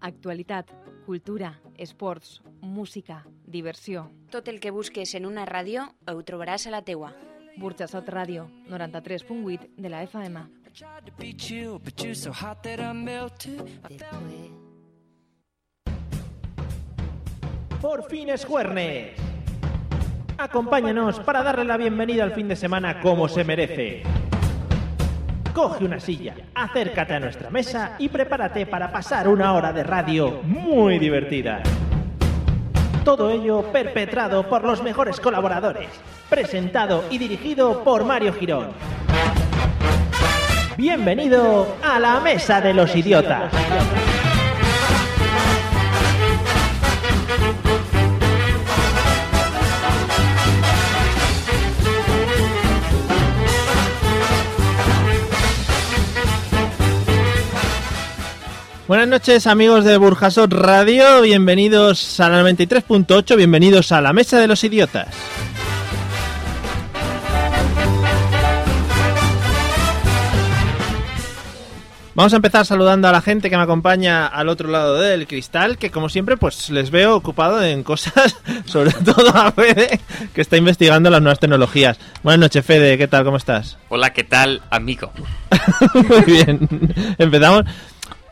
Actualitat, cultura, esports, música, diversió. Tot el que busques en una ràdio ho trobaràs a la teua. Burjassot Ràdio, 93.8 de la FM. Después... Por fin es jueves. Acompáñanos para darle la bienvenida al fin de semana como se merece. Coge una silla, acércate a nuestra mesa y prepárate para pasar una hora de radio muy divertida. Todo ello perpetrado por los mejores colaboradores, presentado y dirigido por Mario Girón. Bienvenido a la mesa de los idiotas. Buenas noches amigos de Burjasot Radio, bienvenidos a la 93.8, bienvenidos a la Mesa de los Idiotas. Vamos a empezar saludando a la gente que me acompaña al otro lado del cristal, que como siempre pues les veo ocupado en cosas, sobre todo a Fede, que está investigando las nuevas tecnologías. Buenas noches Fede, ¿qué tal? ¿Cómo estás? Hola, ¿qué tal, amigo? Muy bien, empezamos.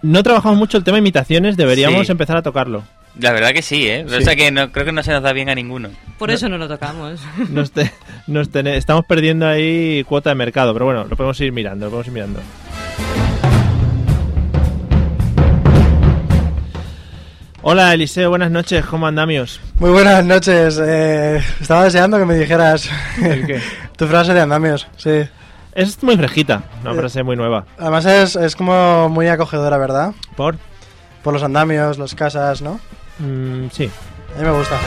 No trabajamos mucho el tema imitaciones, deberíamos Sí. empezar a tocarlo. La verdad que sí, ¿eh? Pero Sí. O sea que no, creo que no se nos da bien a ninguno. Por eso no lo tocamos. Nos te- nos tene- estamos perdiendo ahí cuota de mercado, pero bueno, lo podemos ir mirando, lo podemos ir mirando. Hola Eliseo, buenas noches, ¿cómo andamios? Muy buenas noches. eh, estaba deseando que me dijeras ¿El qué? tu frase de andamios. Sí. Es muy fresquita, una frase muy nueva. Además es, es como muy acogedora, ¿verdad? ¿Por? Por los andamios, las casas, ¿no? Mm, sí. A mí me gusta.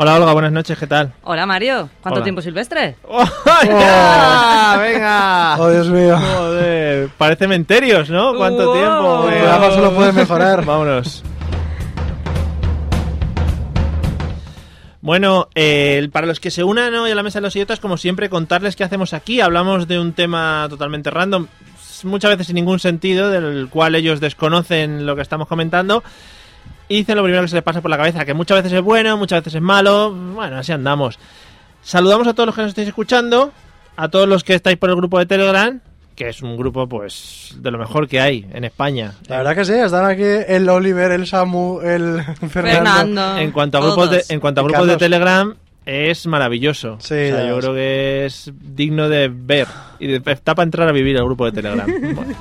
Hola Olga, buenas noches, ¿qué tal? Hola Mario, ¿cuánto Hola. tiempo silvestre? ¡Ya! ¡Oh! ¡Venga! Oh, Dios mío. Joder, parece menterios, ¿no? ¿Cuánto Wow. tiempo? El programa solo puede mejorar. Vámonos. Bueno, eh, para los que se unan hoy a la mesa de los idiotas, como siempre, contarles qué hacemos aquí. Hablamos de un tema totalmente random, s- muchas veces sin ningún sentido, del cual ellos desconocen lo que estamos comentando. Y dicen lo primero que se les pasa por la cabeza, que muchas veces es bueno, muchas veces es malo. Bueno, así andamos. Saludamos a todos los que nos estáis escuchando, a todos los que estáis por el grupo de Telegram, que es un grupo, pues, de lo mejor que hay en España. La verdad que sí, están aquí el Oliver, el Samu, el Fernando. Fernando. En cuanto a grupos de, todos. en cuanto Y a grupos de Carlos. Telegram, es maravilloso. Sí, O sea, ya yo ves. creo que es digno de ver. Y de- está para entrar a vivir el grupo de Telegram. Bueno.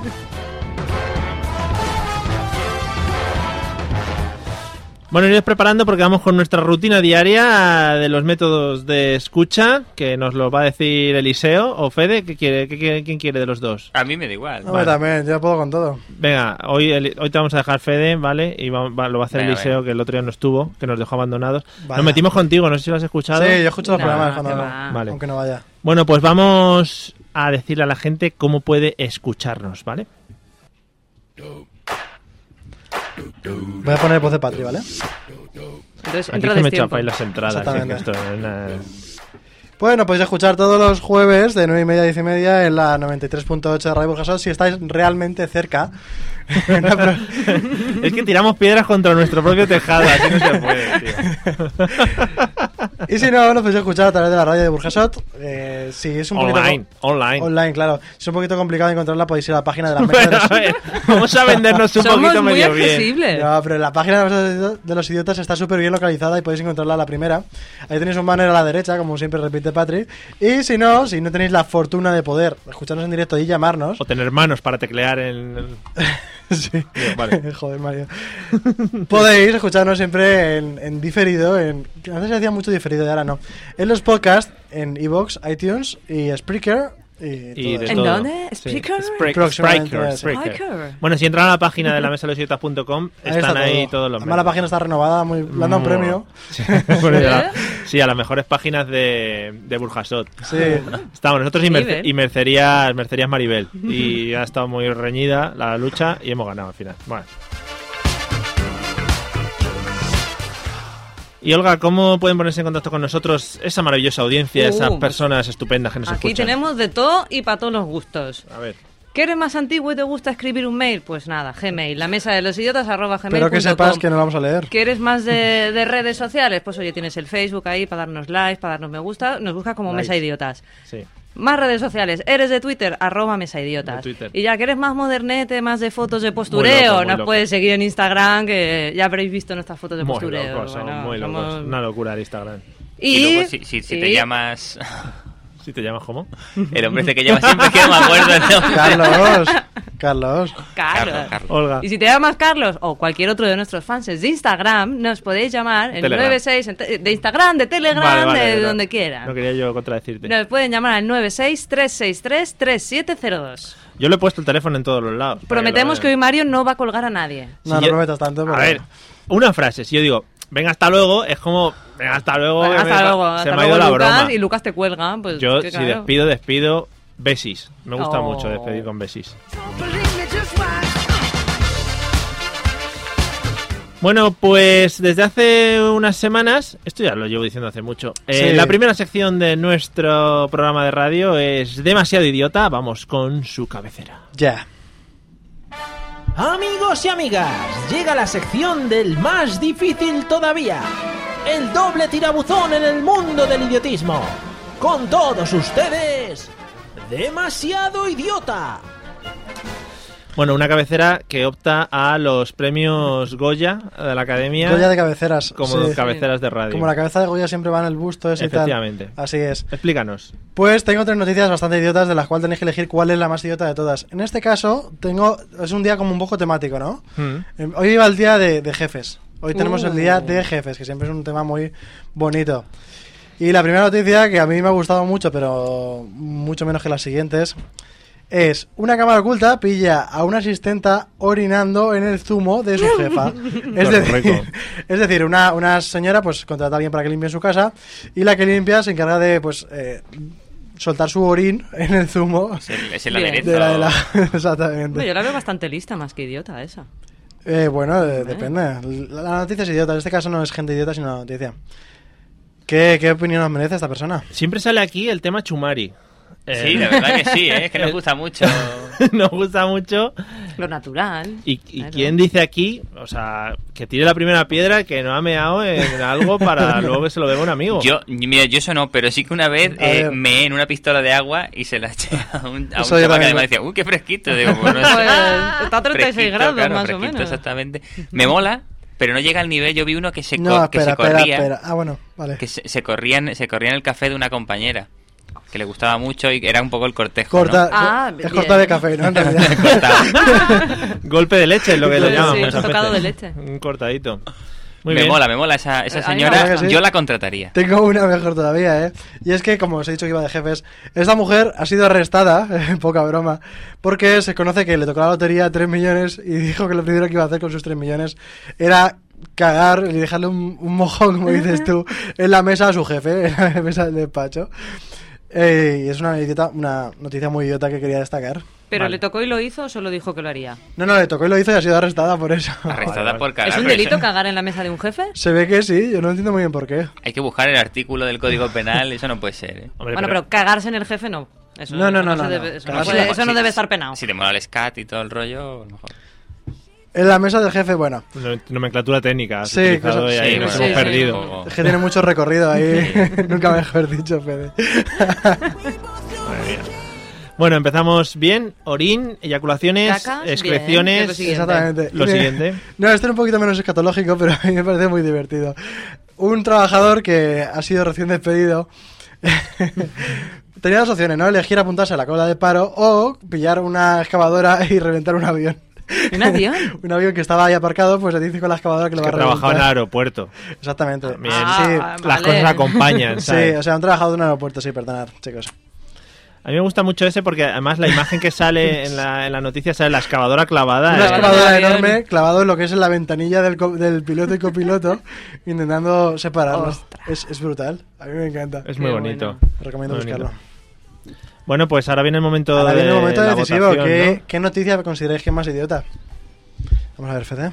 Bueno, iros preparando porque vamos con nuestra rutina diaria de los métodos de escucha, que nos lo va a decir Eliseo o Fede. ¿Qué quiere, qué quiere- ¿Quién quiere de los dos? A mí me da igual. No, Vale. también, yo puedo con todo. Venga, hoy, Eli- hoy te vamos a dejar Fede, ¿vale? Y va- va- lo va a hacer Venga, Eliseo, que el otro día no estuvo, que nos dejó abandonados. Vaya. Nos metimos contigo, no sé si lo has escuchado. Sí, yo escucho los No, programas qué cuando va. Vale. aunque no vaya. Bueno, pues vamos a decirle a la gente cómo puede escucharnos, ¿vale? Voy a poner voz de Patri, ¿vale? Entonces, Aquí entra se me destiempo. chafáis las entradas. que Exactamente. esto es una- Bueno, podéis escuchar todos los jueves de 9 y media a 10 y media en la 93.8 de Radio Burjasot si estáis realmente cerca. No, pero- es que tiramos piedras contra nuestro propio tejado, así no se puede, tío. Y si no, nos podéis escuchar a través de la radio de Burjasot. Eh, si es un poquito- Online, online. Online, claro. Si es un poquito complicado encontrarla, podéis ir a la página de la mesa de Bueno, los a ver, vamos a vendernos un Somos poquito muy medio bien. accesibles. No, pero la página de la mesa de los idiotas está súper bien localizada y podéis encontrarla a la primera. Ahí tenéis un banner a la derecha, como siempre repite Patri. Y si no, si no tenéis la fortuna de poder escucharnos en directo y llamarnos, O tener manos para teclear en... Sí. Bien, vale. Joder, Mario. Podéis escucharnos siempre en, en diferido. En, antes se hacía mucho diferido y ahora no. En los podcasts, en Evox, iTunes y Spreaker. Y, todo Y de eso. ¿En todo. dónde? Sí. ¿Spreaker? Spreak- Próximamente Spreaker, va a ser. Spreaker. Spreaker. Bueno, si entran a la página de la mesa de los idiotas.com, Ahí están está ahí todo. todos los Además, la meses. Mm. página está renovada, muy, le han dado un Muy- premio. Sí, bueno, ya ¿Eh? la- sí, a las mejores páginas de, de Burjasot. Sí. Estamos nosotros y, merce- Nivel. y mercerías, mercerías Maribel. Y ha estado muy reñida la lucha y hemos ganado al final. Bueno. Y Olga, ¿cómo pueden ponerse en contacto con nosotros esa maravillosa audiencia, Uh, esas pues personas estupendas que nos Aquí escuchan? tenemos de todo y para todos los gustos. A ver. ¿Que eres más antiguo y te gusta escribir un mail? Pues nada, Gmail, la mesa de los idiotas arroba gmail. Pero que sepas que no lo vamos a leer. ¿Que eres más de, de redes sociales? Pues oye, tienes el Facebook ahí para darnos like, para darnos me gusta. Nos buscas como Likes. Mesa Idiotas. Sí. Más redes sociales. Eres de Twitter, arroba Mesa Idiotas. De Twitter. Y ya que eres más modernete, más de fotos de postureo, muy nos loco. puedes seguir en Instagram, que ya habréis visto nuestras fotos de Muy postureo. locos, somos Bueno, muy locos. somos- Una locura de Instagram. Y, Y, luego, si, si- si te y- llamas. ¿Sí te llamas cómo? El hombre este que llama siempre que no me acuerdo el nombre. Carlos, Carlos. Carlos. Carlos, Carlos. Olga. Y si te llamas Carlos o cualquier otro de nuestros fans de Instagram, nos podéis llamar en Telegram. 96 en te- de Instagram, de Telegram, Vale, vale, de verdad. donde quieran. No quería yo contradecirte. Nos pueden llamar al 963633702. Yo le he puesto el teléfono en todos los lados. para Prometemos lo que hoy vean. Mario no va a colgar a nadie. No, Si no yo- me metas tanto. A porque- ver, una frase. Si yo digo, venga, hasta luego, es como, venga, hasta luego. Bueno, que hasta me- luego, se hasta me ha ido luego la Lucas broma. y Lucas te cuelga. Pues, Yo, qué si claro. despido, despido besis. Me gusta Oh. mucho despedir con besis. Bueno, pues desde hace unas semanas, esto ya lo llevo diciendo hace mucho, eh, Sí. la primera sección de nuestro programa de radio es Demasiado Idiota, vamos con su cabecera. Ya. Amigos y amigas, llega la sección del más difícil todavía. El doble tirabuzón en el mundo del idiotismo. Con todos ustedes, demasiado idiota. Bueno, una cabecera que opta a los premios Goya de la Academia Goya de cabeceras. como sí. cabeceras de radio. Como la cabeza de Goya siempre va en el busto ese y tal. Efectivamente. Así es. Explícanos. Pues tengo tres noticias bastante idiotas de las cuales tenéis que elegir cuál es la más idiota de todas. En este caso, tengo es un día como un poco temático, ¿no? Mm. Eh, Hoy iba el día de, de jefes. Hoy tenemos el día Uh. de jefes, que siempre es un tema muy bonito. Y la primera noticia que a mí me ha gustado mucho, pero mucho menos que las siguientes, es una cámara oculta pilla a una asistenta orinando en el zumo de su jefa. es, Correcto. decir, es decir, una, una señora pues contrata a alguien para que limpie su casa y la que limpia se encarga de pues eh, soltar su orín en el zumo Es el, es el Bien. aderezo. de la, de la- exactamente. Hombre, yo la veo bastante lista, más que idiota esa. Eh, bueno, eh, depende. La, la noticia es idiota. En este caso no es gente idiota, sino la noticia. ¿Qué, qué opinión nos merece esta persona? Siempre sale aquí el tema Chumari. Eh, Sí, la verdad que sí, ¿eh? es que nos gusta mucho. nos gusta mucho. Lo natural. ¿Y, y Claro. quién dice aquí, o sea, que tire la primera piedra que no ha meado en algo para luego que se lo deba un amigo? Yo, mira, yo eso no, pero sí que una vez A eh, ver. meé en una pistola de agua y se la eché a un, a un Eso yo chaval que también además lo- decía, uy, qué fresquito. Digo, pues, no sé. Pues, está a 36 Fresquito, grados, claro, más o fresquito, menos. Exactamente. Me mola, pero no llega al nivel. Yo vi uno que se, co- No, que espera, se espera, corría. espera. Ah, bueno, vale. que se, se corrían se corrían el café de una compañera que le gustaba mucho y era un poco el cortejo Corta, ¿no? Ah, es bien. corta de café, ¿no? En realidad. Golpe de leche es lo que lo Sí, llaman. sí, muchas un tocado veces. de leche. Un cortadito. Muy me bien. mola me mola esa, esa Eh, a mí me señora gusta. yo la contrataría Tengo una mejor todavía, ¿eh? Y es que, como os he dicho que iba de jefes, esta mujer ha sido arrestada, poca broma, porque se conoce que le tocó la lotería 3 millones y dijo que lo primero que iba a hacer con sus 3 millones era cagar y dejarle un, un mojón, como dices tú, en la mesa a su jefe, en la mesa del despacho. Eh, y es una, idiota- una noticia muy idiota que quería destacar. ¿Pero Vale. le tocó y lo hizo o solo dijo que lo haría? No, no, le tocó y lo hizo y ha sido arrestada por eso. arrestada por cara ¿Es un pero eso- delito cagar en la mesa de un jefe? Se ve que sí, yo no entiendo muy bien por qué. hay que buscar el artículo del código penal eso no puede ser ¿eh? Hombre, bueno, pero- pero, cagarse en el jefe no. Eso No, no, eso no, se no, debe- no. Eso, no, Cagarse puede- en la- eso no si- debe estar penado. si te mola el scat y todo el rollo a lo mejor En la mesa del jefe, bueno, No- Nomenclatura técnica. has Sí, utilizado cosas- y ahí sí, nos sí, hemos sí. perdido. O- Es que tiene mucho recorrido ahí, nunca mejor dicho, Fede. Bueno, empezamos bien. Orín, eyaculaciones, Cacas, bien, que ¿eh? excreciones. es lo siguiente. Exactamente. Lo Y me- siguiente. No, esto es un poquito menos escatológico, pero a mí me parece muy divertido. Un trabajador que ha sido recién despedido tenía dos opciones, ¿no? Elegir apuntarse a la cola de paro o pillar una excavadora y reventar un avión. ¿Un avión? Un avión que estaba ahí aparcado, pues le dice con la excavadora que lo va que a trabajaba en el reventar. aeropuerto. Exactamente. También. Ah, sí. Las Vale. cosas acompañan, Sí, ¿sabes? o sea, han trabajado en un aeropuerto, sí, perdonad, chicos. A mí me gusta mucho ese porque además la imagen que sale en la, en la noticia sale la excavadora clavada. Una en- un excavadora avión. enorme clavado en lo que es en la ventanilla del, co- del piloto y copiloto, intentando separarlos. Es, es brutal, a mí me encanta. Es muy Qué bonito. bueno. Recomiendo muy bonito. buscarlo. Bueno, pues ahora viene el momento Ahora de viene el momento la decisivo. votación, ¿Qué, ¿no? ¿Qué noticia consideráis que es más idiota? Vamos a ver, Fede.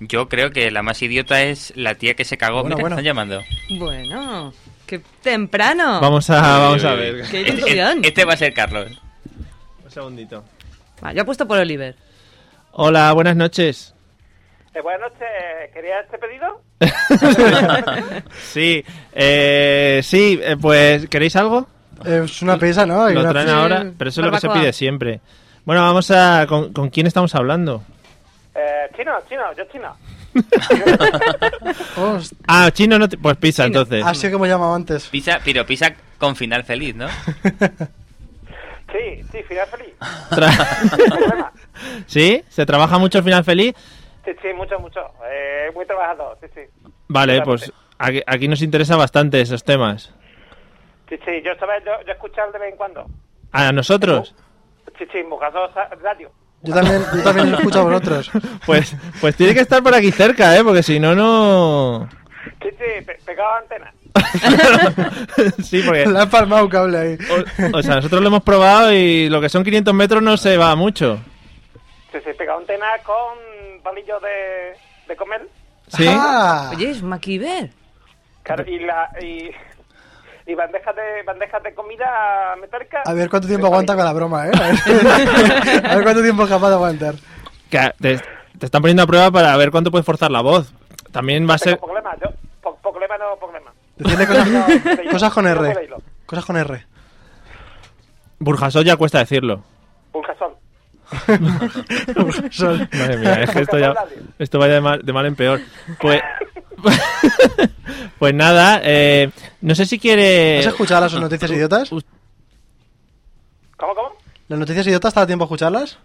Yo creo que la más idiota es la tía que se cagó. Bueno, Mira, bueno. están llamando. Bueno, qué temprano. Vamos a, Ah, vamos a ver. Qué Este- ilusión. Este va a ser Carlos. Un segundito. Va, yo apuesto por Oliver. Hola, buenas noches. Eh, buenas noches, ¿quería este pedido? Sí, eh, sí, eh, pues ¿queréis algo? Eh, Es una pizza, ¿no? Y Lo una traen pizza. ahora, pero eso es lo que se barbacoa. pide siempre. Bueno, vamos a... ¿Con, con quién estamos hablando? Eh, chino, chino, yo chino. Host- Ah, Ah, chino no... te- Pues pizza, Chino. entonces. ha sido como llamaba antes. Pisa, pero pisa con final feliz, ¿no? Sí, sí, final feliz. Tra- ¿Sí? ¿Se trabaja mucho el final feliz? Sí, sí, mucho, mucho. Eh, muy trabajado, sí, sí. Vale, pues Totalmente. aquí, aquí nos interesa bastante esos temas. Sí, sí, yo sabes, yo, yo escuchaba de vez en cuando. ¿A nosotros? Sí, sí, en Bocaso sa- Radio. Yo también, yo también lo escucho a vosotros. Pues, pues tiene que estar por aquí cerca, ¿eh? Porque si no, no... Sí, sí, pe- pegado a antena. sí, porque... Le han palmado un cable ahí. Pues- O, o sea, nosotros lo hemos probado y lo que son 500 metros no se va mucho. Sí, sí, pegado a antena con palillos de, de comer. ¿Sí? Ah, Oye, es MacGyver. Claro, y, la, y, y bandejas, de, bandejas de comida metálica. a ver cuánto tiempo aguanta con la broma, ¿eh? A ver, a ver cuánto tiempo es capaz de aguantar. Que te, te están poniendo a prueba para ver cuánto puedes forzar la voz. También va a ser. Tengo problemas, yo. po- Problema no, problema. Decirle No, cosas, no, cosas con no R. puedo irlo. Cosas con R. Burjasot ya cuesta decirlo. Burjasón. Son- Madre mía, es que esto ya. Esto vaya de mal, de mal en peor. Pues. pues nada, eh, no sé si quiere. ¿Has escuchado las noticias idiotas? ¿Cómo, cómo? ¿Las noticias idiotas te da tiempo a escucharlas?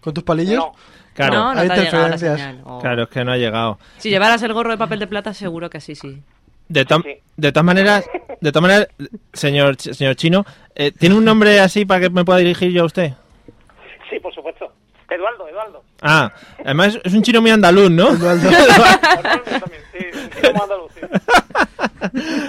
¿Con tus palillos? No. Claro, no, no hay te ha llegado la interferencias. señal. Oh. claro, es que no ha llegado. Si llevaras el gorro de papel de plata, seguro que así sí. De, tam- Sí. de todas maneras, de todas maneras, señor, Ch- señor Chino, eh, ¿tiene un nombre así para que me pueda dirigir yo a usted? Sí, por supuesto. Eduardo, Eduardo. Ah, además es un chino muy andaluz, ¿no? Eduardo también, sí, sí, como andaluz, sí.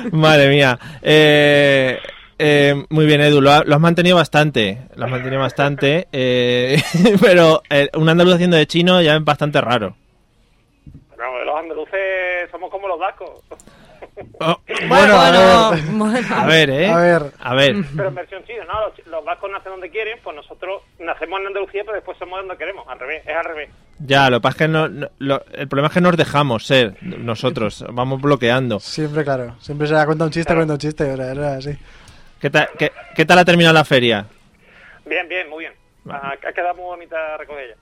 Madre mía. Eh, eh, muy bien, Edu, lo, ha- lo has mantenido bastante. Lo has mantenido bastante. eh, pero eh, un andaluz haciendo de chino ya es bastante raro. Pero los andaluces somos como los vascos, Oh, Bueno, a ver. bueno. a ver, ¿eh? A ver. A ver. pero en versión china, ¿no? Los, los vascos nacen donde quieren, pues nosotros nacemos en Andalucía, pero después somos donde queremos, al revés, es al revés. Ya, lo que pasa es que no- no- lo- el problema es que nos dejamos ser nosotros. Vamos bloqueando. Siempre, claro. Siempre se da cuenta un chiste, Claro. cuenta un chiste. O sea, era así. ¿Qué tal, qué- qué tal ha terminado la feria? Bien, bien, muy bien. Ha, ha quedado muy bonita recogida.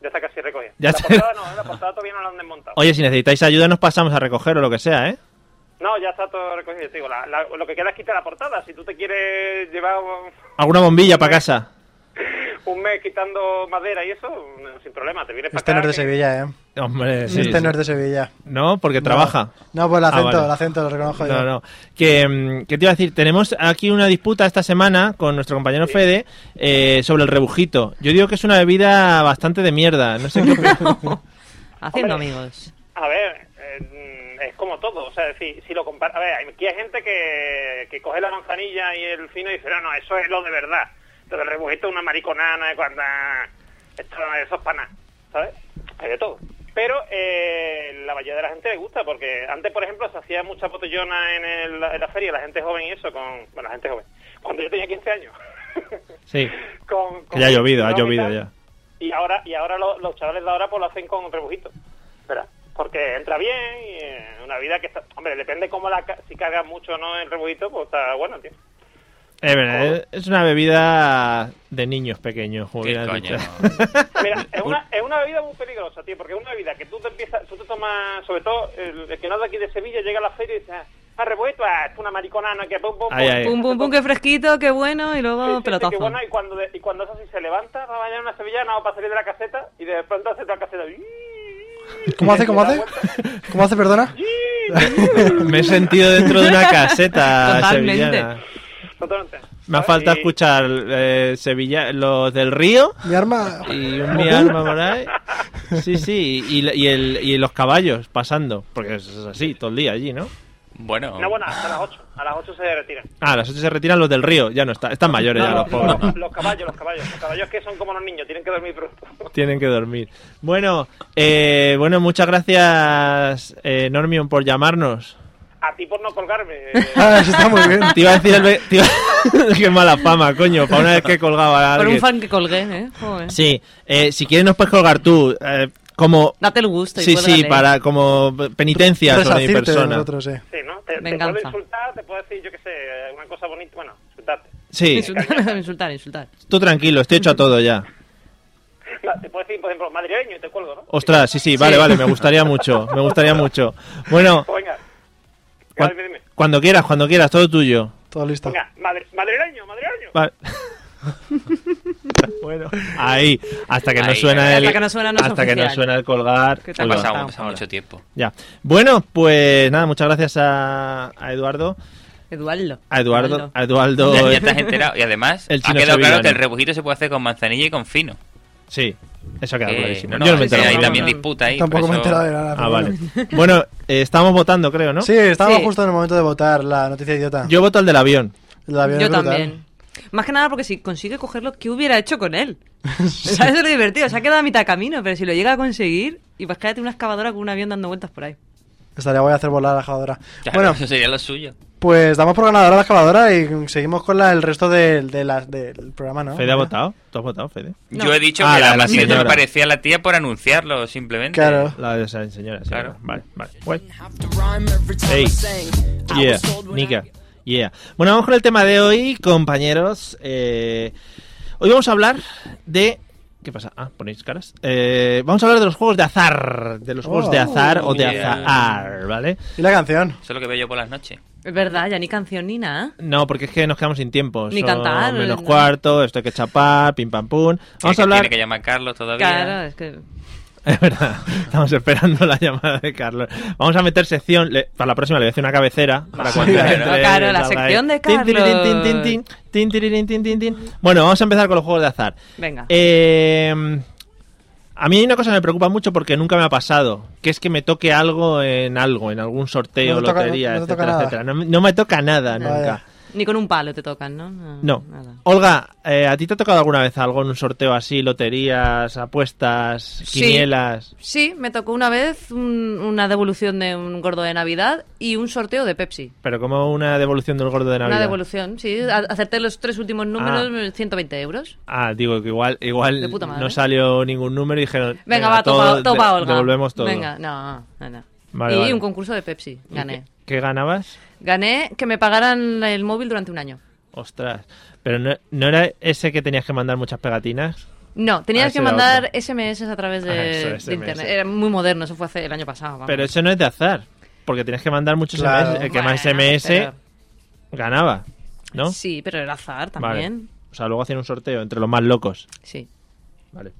Ya está casi recogida. Ya la está. portada no, la portada todavía no la han desmontado. Oye, si necesitáis ayuda, nos pasamos a recoger o lo que sea, ¿eh? No, ya está todo recogido, te digo, la- la- lo que queda es quitar la portada. Si tú te quieres llevar un- ¿Alguna bombilla para casa? un mes quitando madera y eso, sin problema, te vienes para Este no es acá de que- Sevilla, ¿eh? Hombre, sí. este sí. no es de Sevilla. No, porque No. trabaja. No, pues el Ah, acento, vale. el acento, lo reconozco yo. No, no. Que, mm, que te iba a decir, tenemos aquí una disputa esta semana con nuestro compañero Fede eh, sobre el rebujito. Yo digo que es una bebida bastante de mierda. No sé qué opinas. Haciendo amigos. A ver, eh, es como todo, o sea, si, si lo compara, a ver, aquí hay gente que, que coge la manzanilla y el fino y dice, no, no, eso es lo de verdad. Entonces el rebujito es una mariconana, cuando esto, eso es pana, ¿sabes? Hay de todo. Pero eh, la mayoría de la gente le gusta, porque antes, por ejemplo, se hacía mucha botellona en, el- en la feria, la gente joven y eso, con, bueno, la gente joven, cuando yo tenía 15 años. Sí, con, que ya ha con- llovido, ha con- llovido ya. y ahora, y ahora lo- los chavales de ahora pues lo hacen con rebujito. ¿verdad? Porque entra bien y eh, una vida que está... Hombre, depende cómo la... ca- Si cargas mucho o no el rebujito, pues está bueno, tío. Es verdad, Eh, es- es una bebida de niños pequeños, como ¿Qué bien has coño? dicho. Mira, es una, es una bebida muy peligrosa, tío, porque es una bebida que tú te empiezas... Tú te tomas... Sobre todo el, el que no es de aquí de Sevilla llega a la feria y dice... ah, rebujito, ah, es una mariconana que pum, pum, Ahí, pum. Eh. ahí. Pum, pum, pum, qué fresquito, qué bueno, y Sí, sí, luego sí, pelotazo. qué bueno, y cuando, de- y cuando eso sí se levanta para bañar una sevillana o para salir de la caseta y de pronto hace otra caseta. ¿Cómo hace? ¿Cómo Se hace? da vuelta. ¿Cómo hace, perdona? Me he sentido dentro de una caseta Totalmente. sevillana. Totalmente. Me ha ¿Sabes? faltado Y- escuchar eh, Sevilla, los del río Mi arma. y un mi alma por ahí. Sí, sí, y, y el- y los caballos pasando, porque es es así, todo el día allí, ¿no? Bueno, No, bueno, hasta las 8. A las 8 se retiran. Ah, a las 8 se retiran los del río, ya no está, están mayores ya No, los pobres. los, los caballos, los caballos. Los caballos que son como los niños, tienen que dormir pronto. Tienen que dormir. Bueno, eh, bueno, muchas gracias eh, Normion por llamarnos. A ti por no colgarme. Ah, eso está muy bien. Te iba a decir el ve- te iba- qué mala fama, coño, para una vez que he colgado a Por alguien. un fan que colgué, ¿eh? Joder. Sí, eh, si quieres nos puedes colgar tú, eh, como Date el gusto. y sí, sí, cuélgale. para como penitencia sobre mi Resarcirte de persona. nosotros, eh. Sí, ¿no? Te, te Venganza. puedo insultar, te puedo decir, yo qué sé, una cosa bonita. Bueno, insultarte. Sí, Insultar, insultar, insultar. tú tranquilo, estoy hecho a todo ya. Te puedo decir, por ejemplo, madrileño y te cuelgo, ¿no? Ostras, sí, sí, vale, vale, me gustaría mucho, me gustaría mucho. Bueno, Pues venga. cua- Dime, dime. cuando quieras, cuando quieras, todo tuyo. Todo listo. Venga, madri- madrileño, madrileño. Vale. bueno, ahí, hasta que no Ahí. suena Hasta el que no suena, no es hasta que no oficial. suena el colgar. ¿Qué te ha Ahí va. Ah, pasado, ha Vamos pasado ahora. mucho tiempo. Ya. Bueno, pues nada, muchas gracias a, a Eduardo, Eduardo. a Eduardo, a Eduardo. eh. Ya, ya te has enterado. Y además, El ha chino quedado claro sevillano. que el rebujito se puede hacer con manzanilla y con fino. Sí, eso ha quedado Eh, clarísimo. no, no, Yo no me he sí, enterado. Hay No, también no, disputa ahí. Tampoco por me he eso- enterado de nada. Ah, pero vale. bueno. Bueno, eh, estábamos votando, creo, ¿no? Sí, estábamos Sí. justo en el momento de votar la noticia idiota. Yo voto el del avión. La vida Yo es brutal. también. Más que nada porque si consigue cogerlo, ¿qué hubiera hecho con él? ¿Sabes lo divertido? Se ha quedado a mitad camino, pero si lo llega a conseguir, y pues quédate una excavadora con un avión dando vueltas por ahí. Estaría voy a hacer volar a la excavadora. Claro, Bueno, eso sería lo suyo. pues damos por ganadora la excavadora y seguimos con la, el resto de, de las- del programa, Ah, ¿no? Fede ha votado. ¿Tú has votado, Fede? No. Yo he dicho Ah, que la de la, la paciente me señora. parecía la tía por anunciarlo, simplemente. Claro. La de esa señora. sí, Claro. Vale, vale. Guay. Hey. Yeah. Nika. Yeah. Bueno, vamos con el tema de hoy, compañeros. Eh, hoy vamos a hablar de. ¿Qué pasa? Ah, ponéis caras. Eh, vamos a hablar de los juegos de azar. De los juegos de Oh, azar o de yeah. azar, ¿vale? Y la canción. Eso es lo que veo yo por las noches. Es verdad, ya ni canción ni nada. No, porque es que nos quedamos sin tiempo. Ni Son cantar, Menos no. cuarto, esto hay que chapar, pim pam pum. Vamos Que a hablar. Tiene que llamar Carlos todavía. Claro, es que. Es verdad, estamos esperando la llamada de Carlos. Vamos a meter sección, le- para la próxima le voy a hacer una cabecera. Para cuando claro. entre- Claro, la salga sección ahí. de Tin, tirirín, tin, tin, Carlos. tin, tin, tirirín, tin, tin, tin. Bueno, vamos a empezar con los juegos de azar. Venga. Eh, a mí hay una cosa que me preocupa mucho porque nunca me ha pasado, que es que me toque algo en algo, en algún sorteo, No te toca- lotería, no te toca etcétera, nada. etcétera. No, me- no me toca nada Vaya. nunca. Ni con un palo te tocan, ¿no? No. No. nada. Olga, eh, ¿a ti te ha tocado alguna vez algo en un sorteo así? Loterías, apuestas, Sí. quinielas. Sí, me tocó una vez un- una devolución de un gordo de Navidad y un sorteo de Pepsi. Pero como una devolución del gordo de Navidad. Una devolución, sí. A- Acerté los tres últimos números, 120 euros. Ah, digo que igual, igual De puta madre. no salió ningún número y dijeron. Venga, va, topa, todo- topa, de- Olga. Devolvemos todo. Venga, no, no, no. Vale, y vale. un concurso de Pepsi, ¿Y gané. ¿Qué, qué ganabas? Gané que me pagaran el móvil durante un año. Ostras. Pero no, no era ese que tenías que mandar muchas pegatinas. No, Ah, tenías ese que era mandar otro. SMS a través Ah, de, eso, de SMS. internet. Era muy moderno, eso fue hace el año pasado. vamos. Pero eso no es de azar. Porque tenías que mandar muchos Claro. SMS. El que más Bueno, SMS pero- ganaba. ¿No? Sí, pero era azar Vale. también. O sea, luego hacían un sorteo entre los más locos. Sí. Vale.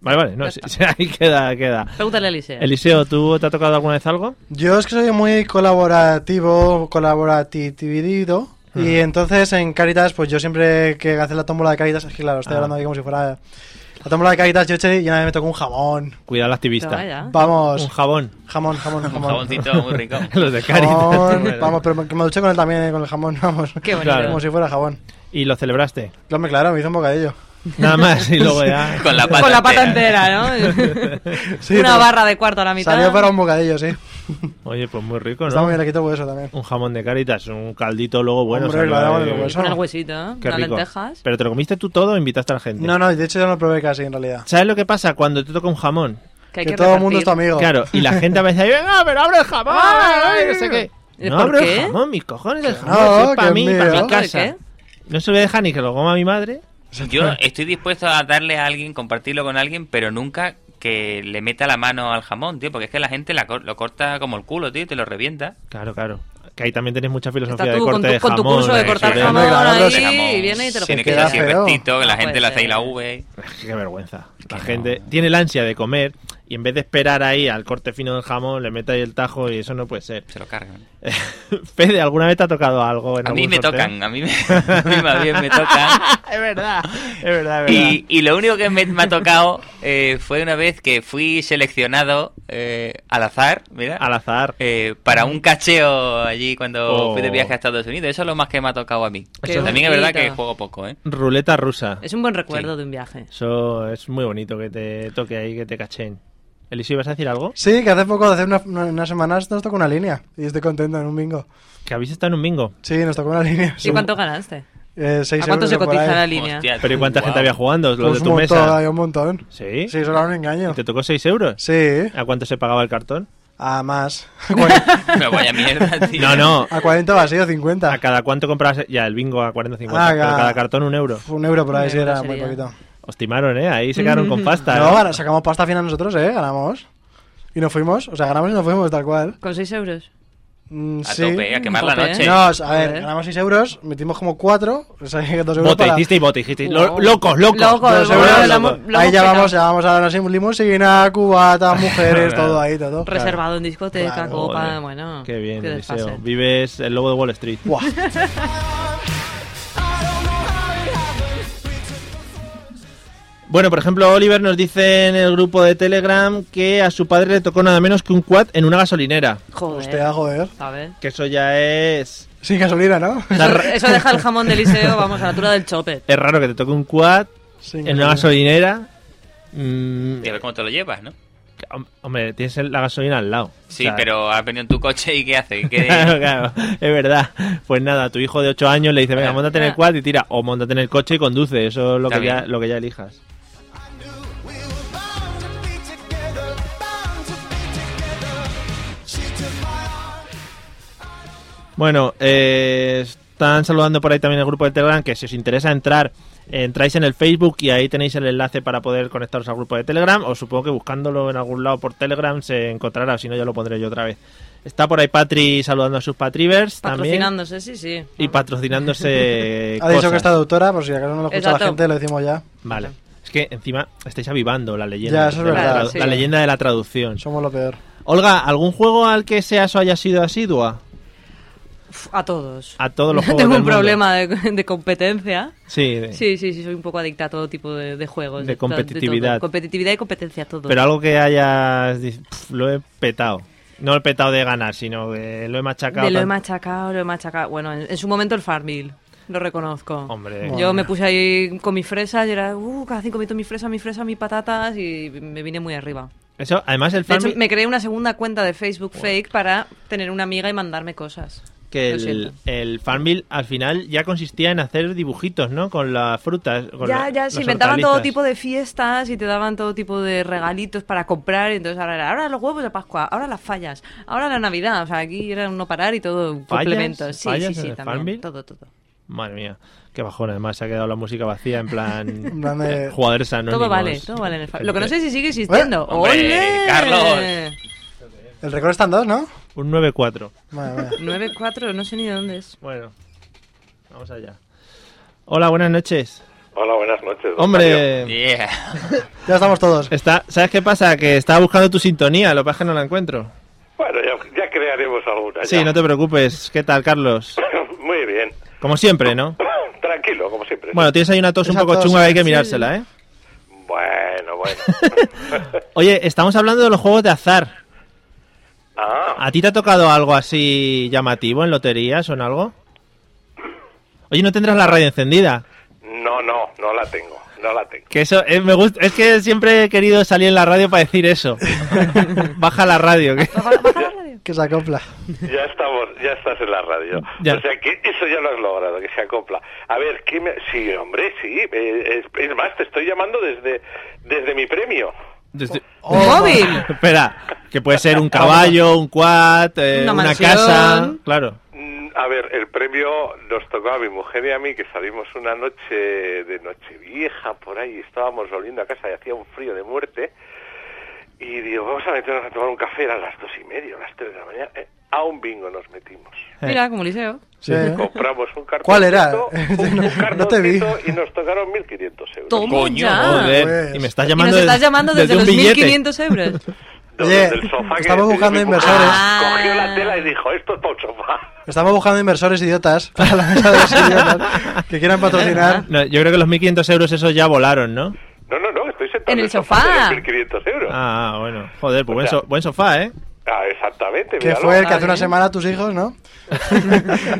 Vale, vale. No, Ya sí, está. sí, ahí queda, queda. Pregúntale a Eliseo. Eliseo, ¿tú te ha tocado alguna vez algo? Yo es que soy muy colaborativo, colaborativido. Y entonces en Caritas, pues yo siempre que hace la tómbola de Caritas, es que claro, estoy Ah. hablando aquí como si fuera la tómbola de Caritas, yo eché y una vez me tocó un jamón. Cuidado al activista. Vaya. Un Vamos, jabón. jamón, jamón, Un jamón. jaboncito muy rico. Los de Caritas. Jamón, vamos, pero me, que me duché con él también, eh, con el jamón, vamos. Qué bonito. Claro. Como si fuera jabón. Y lo celebraste. Claro, claro, me hizo un bocadillo. Nada más. Y luego ya. Con la pata Con la pata entera. entera, ¿no? Sí, Una pero- barra de cuarto a la mitad. Salió para un bocadillo, sí. Oye, pues muy rico, Está ¿no? muy bien, le quito hueso también. Un jamón de caritas, un caldito luego bueno. Hombre, o sea, lo damos que- en el hueso. Con el huesito, ¿eh? Qué unas rico. lentejas. Pero te lo comiste tú todo o invitaste a la gente. No, no, de hecho yo no lo probé casi en realidad. ¿Sabes lo que pasa cuando te toca un jamón? Que, hay que que todo el mundo es tu repartir. amigo. Claro, y la gente a veces dice, venga, pero abre el jamón, ay, no sé qué. ¿Y No por abro qué? el jamón, mis cojones, el Que jamón no, si es para que mí, es para mío. mi casa. ¿De No se voy a dejar ni que lo coma mi madre. Yo estoy dispuesto a darle a alguien, compartirlo con alguien, pero nunca que le meta la mano al jamón, tío, porque es que la gente la cor- lo corta como el culo, tío, y te lo revienta. Claro, claro. que ahí también tenéis mucha filosofía Estás de tú corte con tu, de con tu jamón, curso de eh, cortar que- Hombre, jamón claro, ahí sí, y viene y te lo Tiene que queda ser así feo. rectito, que la No gente puede le hace ser. y la V. Qué vergüenza. La no. gente tiene el ansia de comer y en vez de esperar ahí al corte fino del jamón, le mete ahí el tajo y eso no puede ser. Se lo cargan. Fede, ¿alguna vez te ha tocado algo en A mí algún me sorteo? tocan, ¿eh? a mí, me, a mí más bien me tocan. es verdad, es verdad, es verdad. Y, y lo único que me, me ha tocado eh, fue una vez que fui seleccionado eh, al azar, mira, Al azar. eh, para un cacheo allí cuando Oh. fui de viaje a Estados Unidos. Eso es lo más que me ha tocado a mí. Qué También es verdad que bonito. juego poco, ¿eh? Ruleta rusa. Es un buen recuerdo de un viaje. Eso es muy bonito que te toque ahí, que te cachen. Elisio, ¿ibas a decir algo? Sí, que hace poco, hace una- una- unas semanas, nos tocó una línea. Y estoy contento en un bingo. Que habéis estado en un bingo. Sí, nos tocó una línea. ¿Y cuánto ganaste? Eh, seis ¿A cuánto euros se o por cotiza ahí. la línea? Hostia, Pero ¿y cuánta guau. gente había jugando? Los Pues de un tu montón, mesa. hay un montón. ¿Sí? Sí, eso era un engaño. ¿Y te tocó 6 euros? Sí, ¿A cuánto se pagaba el cartón? a más. A cua- Pero vaya mierda, tío. No, no. a 40 vacío, 50. ¿A cada cuánto comprabas? Ya, el bingo a 40 50. Ah, pero cada- cada cartón un euro. Un euro por ahí, Un sí, euro era muy sería. poquito. Os timaron, ¿eh? Ahí se quedaron con pasta. No, ¿eh? ahora sacamos pasta final nosotros, ¿eh? Ganamos. Y nos fuimos, o sea, ganamos y nos fuimos, tal cual. ¿Con 6 euros? Mm, A sí. tope, a quemar Tope, la ¿eh? noche. No, o sea, a ver, Joder. ganamos 6 euros, metimos como 4, o sea, 2 euros Bote, para... hicisteis bote, hicisteis. Lo- Locos, locos. Locos, Dos bueno, euros, la- locos. lo ahí hemos ya petado. vamos, ya vamos a la lim- limusina, cubata, mujeres, todo ahí, todo. Reservado en discoteca, Claro. copa, Joder, bueno. Qué bien, desfase. Eliseo. Vives el lobo de Wall Street. Buah. Bueno, por ejemplo, Oliver nos dice en el grupo de Telegram que a su padre le tocó nada menos que un quad en una gasolinera. Joder. Hostia, joder. ¿sabes? Que eso ya es. Sin gasolina, ¿no? La Eso, ra- eso deja el jamón de Eliseo, vamos, a la altura del chope. Es raro que te toque un quad Sin en una gasolinera. Mm, Y a ver cómo te lo llevas, ¿no? hom- hombre, tienes el- la gasolina al lado. Sí, O sea, pero has venido en tu coche y ¿qué hace? ¿Qué- Claro, claro, es verdad. Pues nada, tu hijo de 8 años le dice, venga, montate en el quad y tira. O montate en el coche y conduce. Eso es Ah. lo, Está que ya, bien. lo que ya elijas. Bueno, eh, están saludando por ahí también el grupo de Telegram, que si os interesa entrar, entráis en el Facebook y ahí tenéis el enlace para poder conectaros al grupo de Telegram, o supongo que buscándolo en algún lado por Telegram se encontrará, o si no ya lo pondré yo otra vez. Está por ahí Patri saludando a sus Patrivers también Patrocinándose, sí, sí. y patrocinándose Ha dicho cosas. que es traductora, por si acaso no lo escucha Exacto. la gente, lo decimos ya. Vale. Es que encima estáis avivando la leyenda. Ya, eso es de la verdad, tradu- sí. la leyenda de la traducción. Somos lo peor. Olga, ¿algún juego al que Seaso haya sido asidua? Uf, a todos. A todos los juegos Tengo del un mundo. problema de, de competencia. Sí, de- Sí, sí, sí, soy un poco adicta a todo tipo de, de juegos. De to- todo. competitividad. competitividad y competencia, todo. Pero algo que hayas... dic- "Pf, Lo he petado. No lo he petado de ganar, sino que lo he machacado. de lo he tan- machacado, lo he machacado. Bueno, en, en su momento el Farmville, lo reconozco. Hombre. Yo me puse ahí con mis fresas y era, uh, cada cinco minutos mis fresas, mis fresas, mis patatas y me vine muy arriba. Eso, además el De hecho, Farmville- me creé una segunda cuenta de Facebook fake para tener una amiga y mandarme cosas. que Lo el, siento. el Farmville al final ya consistía en hacer dibujitos, ¿no? Con las frutas. con Ya, la- ya, las se inventaban todo hortalizas. tipo de fiestas y te daban todo tipo de regalitos para comprar. Y entonces ahora era, ahora los huevos de Pascua, ahora las fallas, ahora la Navidad. O sea, aquí era un no parar y todo un ¿Fallas? complemento. Sí, ¿Fallas sí, en sí, el también. Farmville? Todo, todo. Madre mía, qué bajón. Además, se ha quedado la música vacía en plan. plan de- eh, jugadores anónimos. Todo vale, todo vale en el Farmville. Lo que no sé es si sigue existiendo. Hombre, ¡Ole! Carlos. El récord está en dos, ¿no? Un 9-4. Vale, vale. 9-4, no sé ni dónde es. Bueno, vamos allá. Hola, buenas noches. Hola, buenas noches. don Mario. Hombre, Yeah. Ya estamos todos. está, ¿sabes qué pasa? Que estaba buscando tu sintonía, lo que pasa es que no la encuentro. Bueno, ya, ya crearemos alguna. Sí, ya. no te preocupes. ¿Qué tal, Carlos? Muy bien. Como siempre, ¿no? Tranquilo, como siempre. Bueno, tienes ahí una tos un Esa poco tos, chunga que hay que sí. mirársela, ¿eh? bueno. bueno. Oye, estamos hablando de los juegos de azar. ah, ¿A ti te ha tocado algo así llamativo en loterías o en algo? Oye, no tendrás la radio encendida. no, no, no la tengo. No la tengo. Que eso, eh, me gusta, es que siempre he querido salir en la radio para decir eso. Baja la radio. que- Que se acopla. Ya estamos, ya estás en la radio. Ya. O sea que eso ya lo has logrado, que se acopla. A ver, ¿qué me... sí, hombre, sí. eh, es, es más, te estoy llamando desde, desde mi premio. Desde- ¡Un móvil! Espera, que puede ser un caballo, un quad, eh, Una una, mansión. casa. Claro. Mm, A ver, el premio nos tocó a mi mujer y a mí que salimos una noche de Nochevieja por ahí, estábamos volviendo a casa y hacía un frío de muerte. Y digo, vamos a meternos a tomar un café, eran las dos y media, las tres de la mañana. eh, a un bingo nos metimos. Mira, como Liceo. Sí, ¿eh? Compramos un cartoncito. ¿Cuál era? Un, un No- no te vi. cartoncito Y nos tocaron 1.500 euros. Toma Coño, ya. Joder, pues. y me estás ah. Y nos llamando, estás llamando desde, un los billete. 1500 euros. No, Oye, desde el sofá que estamos buscando mi mujer inversores. Cogió la Ah. tela y dijo, esto es para un sofá. Estamos buscando inversores idiotas para la mesa de los idiotas que quieran patrocinar. No, yo creo que los 1.500 euros esos ya volaron, ¿no? No, no, no, estoy sentado En el sofá. de los 1.500 euros. Ah, Ah, bueno. Joder, pues O buen, sea- so- buen sofá, ¿eh? exactamente. Que míralo. fue el que Ah, hace una bien. semana tus hijos, ¿no?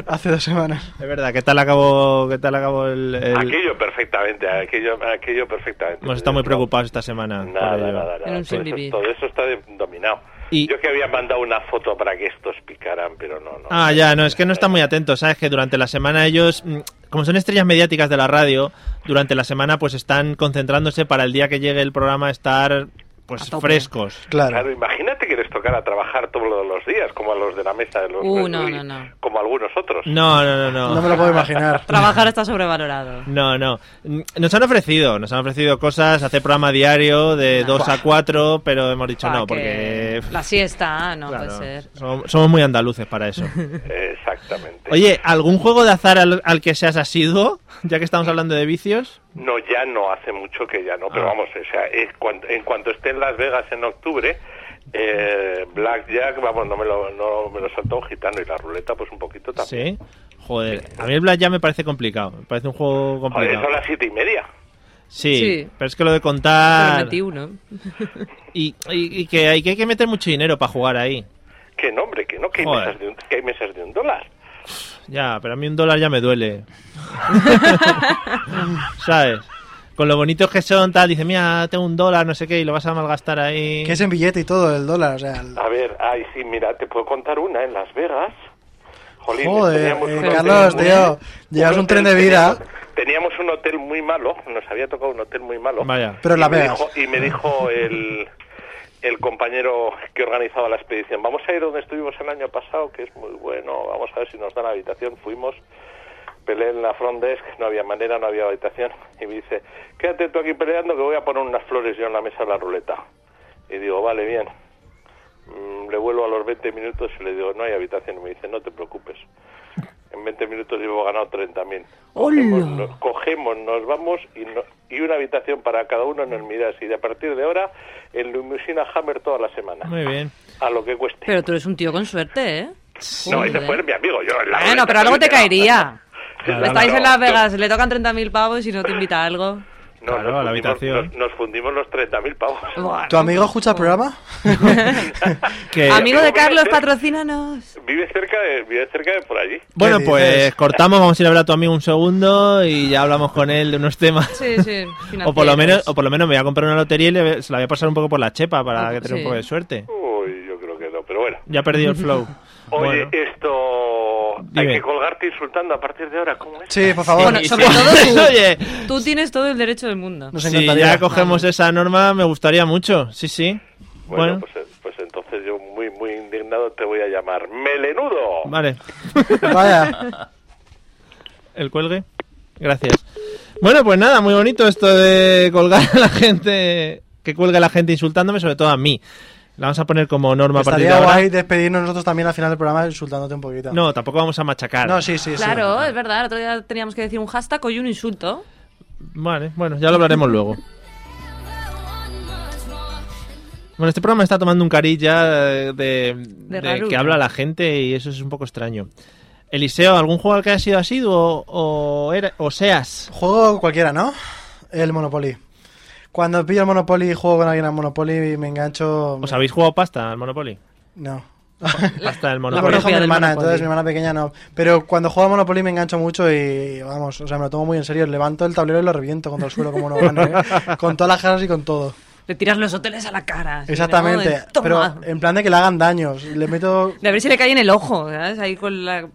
hace dos semanas. Es verdad, ¿qué tal acabó, qué tal acabó el...? el- Aquello perfectamente, aquello, aquello perfectamente. Hemos estado muy No, preocupados esta semana. Nada, por ello. nada, nada. Era un Todo sinvivir. eso, todo eso está de- dominado. Y- Yo que había mandado una foto para que estos picaran, pero no, Eh, no. Ah, ya, no, es que no están muy atentos, ¿sabes? Que durante la semana ellos, mm, como son estrellas mediáticas de la radio, durante la semana pues están concentrándose para el día que llegue el programa estar pues frescos. Claro, Claro. imagínate que les tocara trabajar todos los días, como a los de la mesa de los Uh, no, y no, no. como algunos otros. No, no, no, No me no. lo puedo imaginar. Trabajar está sobrevalorado. No, no. Mm, Nos han ofrecido, nos han ofrecido cosas, hacer programa diario de 2 a 4, pero hemos dicho Pa' no, que- porque... La siesta, ah, no Claro, puede ser. Somos, somos muy andaluces para eso. Exactamente. Oye, ¿algún juego de azar al, al que seas asiduo? Ya que estamos hablando de vicios. No, ya no, hace mucho que ya no, pero Ah. vamos, o sea, es cuan- en cuanto esté en Las Vegas en octubre, eh, Blackjack, vamos, no me lo, no me lo saltó un gitano y la ruleta, pues un poquito también. Sí. Joder, a mí el Black ya me parece complicado. Me parece un juego Joder, complicado. son las siete y media. Sí, Sí. pero es que lo de Pero contar. metí uno. Y, y- y que, hay, que hay que meter mucho dinero para jugar ahí. Qué nombre, que no, que hay, Joder. mesas de un, que hay mesas de un dólar. Ya, pero a mí un dólar ya me duele. ¿Sabes? Con lo bonitos que son, tal, dice, mira, tengo un dólar, no sé qué, y lo vas a malgastar ahí. Que es en billete y todo, el dólar. O sea, el- A ver, ay, sí, mira, te puedo contar una en Las Vegas. Jolín, Joder, teníamos eh, un hotel Carlos, muy- tío. Llevas un hotel- tren de vida. Teníamos, teníamos un hotel muy malo, nos había tocado un hotel muy malo. Vaya. Pero en Las y me Vegas. dijo- y me dijo el, el compañero que organizaba la expedición, vamos a ir donde estuvimos el año pasado, que es muy bueno, vamos a ver si nos dan habitación. Fuimos, peleé en la front desk, no había manera, no había habitación. Y me dice, quédate tú aquí peleando que voy a poner unas flores yo en la mesa de la ruleta. Y digo, vale, bien. Mm, le vuelvo a los 20 minutos y le digo, no hay habitación. Y me dice, no te preocupes. En 20 minutos llevo ganado 30.000. Cogemos, nos, cogemos, nos vamos y, no- y una habitación para cada uno en el Midas. Y de a partir de ahora, en Lumusina Hammer toda la semana. Muy bien. A lo que cueste. Pero tú eres un tío con suerte, ¿eh? no, ese Joder. fue mi amigo. Yo, la Bueno, pero algo te caería. Claro, Estáis no, en Las no. Vegas, le tocan 30.000 pavos y no te invita a algo. No, Claro, nos a la fundimos- habitación. Nos, nos fundimos los 30.000 pavos. Buah, ¿Tu amigo escucha el programa? Que- Amigo de Pero- Carlos, patrocínanos. Vive cerca de, vive cerca de por allí. Bueno, ¿Qué pues dices? cortamos, vamos a ir a hablar a tu amigo un segundo y ya hablamos con él de unos temas. Sí, sí. O por, lo financieros. menos, o por lo menos me voy a comprar una lotería y le- se la voy a pasar un poco por la chepa para Ah, que tenga un sí. poco de suerte. Uy, yo creo que no, pero bueno. Ya he perdido el flow. Oye, Bueno. eh, esto... Dime. Hay que colgarte insultando a partir de ahora, ¿cómo es? Sí, por favor. Bueno, Sí, sobre sí. todo tú. Oye, Tú tienes todo el derecho del mundo. Nos si encantaría. ya cogemos esa norma, me gustaría mucho. Sí, sí. Bueno, Bueno, Pues, pues entonces yo muy, muy indignado te voy a llamar Melenudo. vale. Vaya. El cuelgue. Gracias. Bueno, pues nada, muy bonito esto de colgar a la gente, que cuelga a la gente insultándome, sobre todo a mí. La vamos a poner como norma a partir de Estaría ahora. guay despedirnos nosotros también al final del programa insultándote un poquito. No, tampoco vamos a machacar. No, sí, sí. sí. Claro, es verdad. El otro día teníamos que decir un hashtag y un insulto. Vale, bueno, ya lo hablaremos luego. Bueno, este programa está tomando un cariz ya eh, de, de rarura. que habla la gente y eso es un poco extraño. Eliseo, ¿algún juego al que hayas sido asiduo o, era- o seas? Juego cualquiera, ¿no? El Monopoly. Cuando pillo el Monopoly y juego con alguien al Monopoly y me engancho. ¿Os habéis jugado pasta Pues al Monopoly? No. Pasta del Lo Monopoly. conozco a propia mi del hermana, Monopoly. entonces mi hermana pequeña no. Pero cuando juego al Monopoly me engancho mucho y vamos, o sea, me lo tomo muy en serio. Levanto el tablero y lo reviento contra el suelo como no gane, ¿eh? Con todas las caras y con todo. Le tiras los hoteles a la cara. así, Exactamente. ¿no? De, Pero "Toma". en plan de que le hagan daños. Le meto. De a ver si le cae en el ojo, ¿sabes? Ahí con la-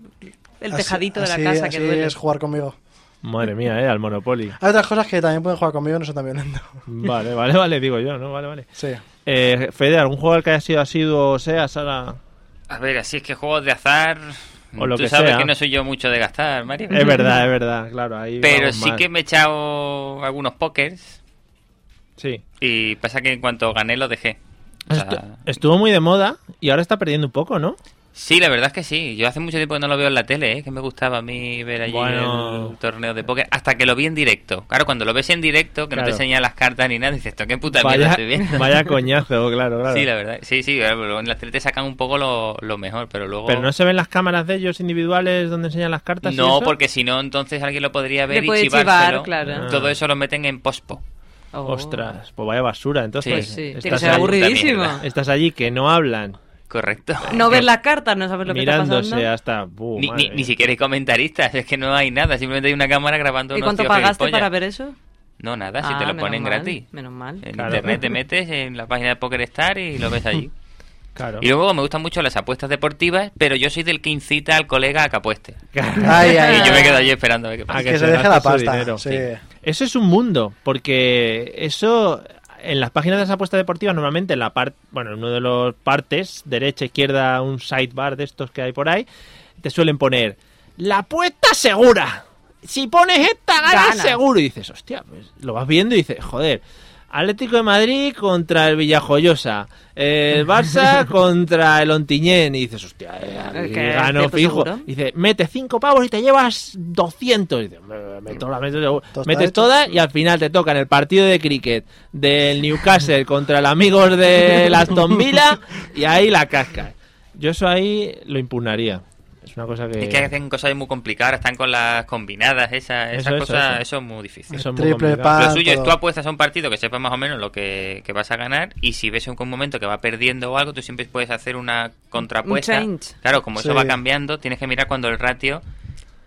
el así- tejadito de así- la casa así que duele. es jugar conmigo. Madre mía, eh, al Monopoly. Hay otras cosas que también pueden jugar conmigo y no son tan violentos. Vale, vale, vale, digo yo, ¿no? Vale, vale. Sí. Eh, Fede, ¿algún juego al que hayas sido asiduo o seas? Ahora... A ver, así es que juegos de azar. O lo tú que sabes sea. que no soy yo mucho de gastar, Mario. Es verdad, es verdad, claro. Ahí Pero vamos sí mal. que me he echado algunos pokers. Sí. Y pasa que en cuanto gané lo dejé. O sea, Estu- estuvo muy de moda y ahora está perdiendo un poco, ¿no? Sí, la verdad es que sí. Yo hace mucho tiempo que no lo veo en la tele, ¿eh? que me gustaba a mí ver allí Bueno. el torneo de póker, hasta que lo vi en directo. Claro, cuando lo ves en directo, que no Claro. te enseñan las cartas ni nada, dices, esto qué puta mierda Vaya, estoy viendo. vaya coñazo, claro, claro. Sí, la verdad. Sí, sí, claro, en la tele te sacan un poco lo, lo mejor, pero luego... Pero no se ven las cámaras de ellos individuales donde enseñan las cartas. y No, eso? porque si no, entonces alguien lo podría ver Le y puede chivar, chivárselo. claro. Ah. Todo eso lo meten en pospo. Oh. Ostras, pues vaya basura. Entonces, Pues sí, tiene que estás, ser allí, aburridísimo. Puta mierda. estás allí que no hablan, Correcto. No ver las cartas, no saber lo que está pasando. mirándose hasta. buh, Ni, Eh, uh, madre ni- ni mía. siquiera hay comentaristas, es que no hay nada, simplemente hay una cámara grabando ¿Y unos cuánto tíos pagaste gilipollas. para ver eso? No, nada, si Ah, te lo menos ponen mal, gratis. Eh, Menos mal. En Claro. internet te metes en la página de PokerStar y lo ves allí. Claro. Y luego me gustan mucho las apuestas deportivas, pero yo soy del que incita al colega a que apueste. Ay, ay, Y yo me ay. quedo allí esperando a ver qué Ah, pasa. que que se se deje la gaste su pasta. dinero. sí. Eso es un mundo, porque eso en las páginas de las apuestas deportivas normalmente en la parte, bueno, en uno de los partes, derecha, izquierda, un sidebar de estos que hay por ahí, te suelen poner la apuesta segura. Si pones esta ganas Ganas. seguro y dices, hostia, pues lo vas viendo y dices, joder, Atlético de Madrid contra el Villajoyosa, el Barça contra el Ontiñén y dices, hostia, eh, aquí Que gano acierto fijo. seguro. Dice, mete 5 pavos y te llevas 200. Dice, "Me- me to- la meto seguro". Tostada metes hecha. todas y al final te tocan el partido de cricket del Newcastle contra el amigos de las Aston Villa y ahí la casca. Yo eso ahí lo impugnaría. Es una cosa que... Es que hacen cosas muy complicadas, están con las combinadas, esas, Eso, esas eso, cosas, eso. eso es muy difícil. eso es muy Triple complicado. pan. Lo suyo es todo. tú apuestas a un partido que sepas más o menos lo que, que vas a ganar y si ves en un momento que va perdiendo o algo, tú siempre puedes hacer una contrapuesta. Un change. Claro, como eso Sí. va cambiando, tienes que mirar cuando el ratio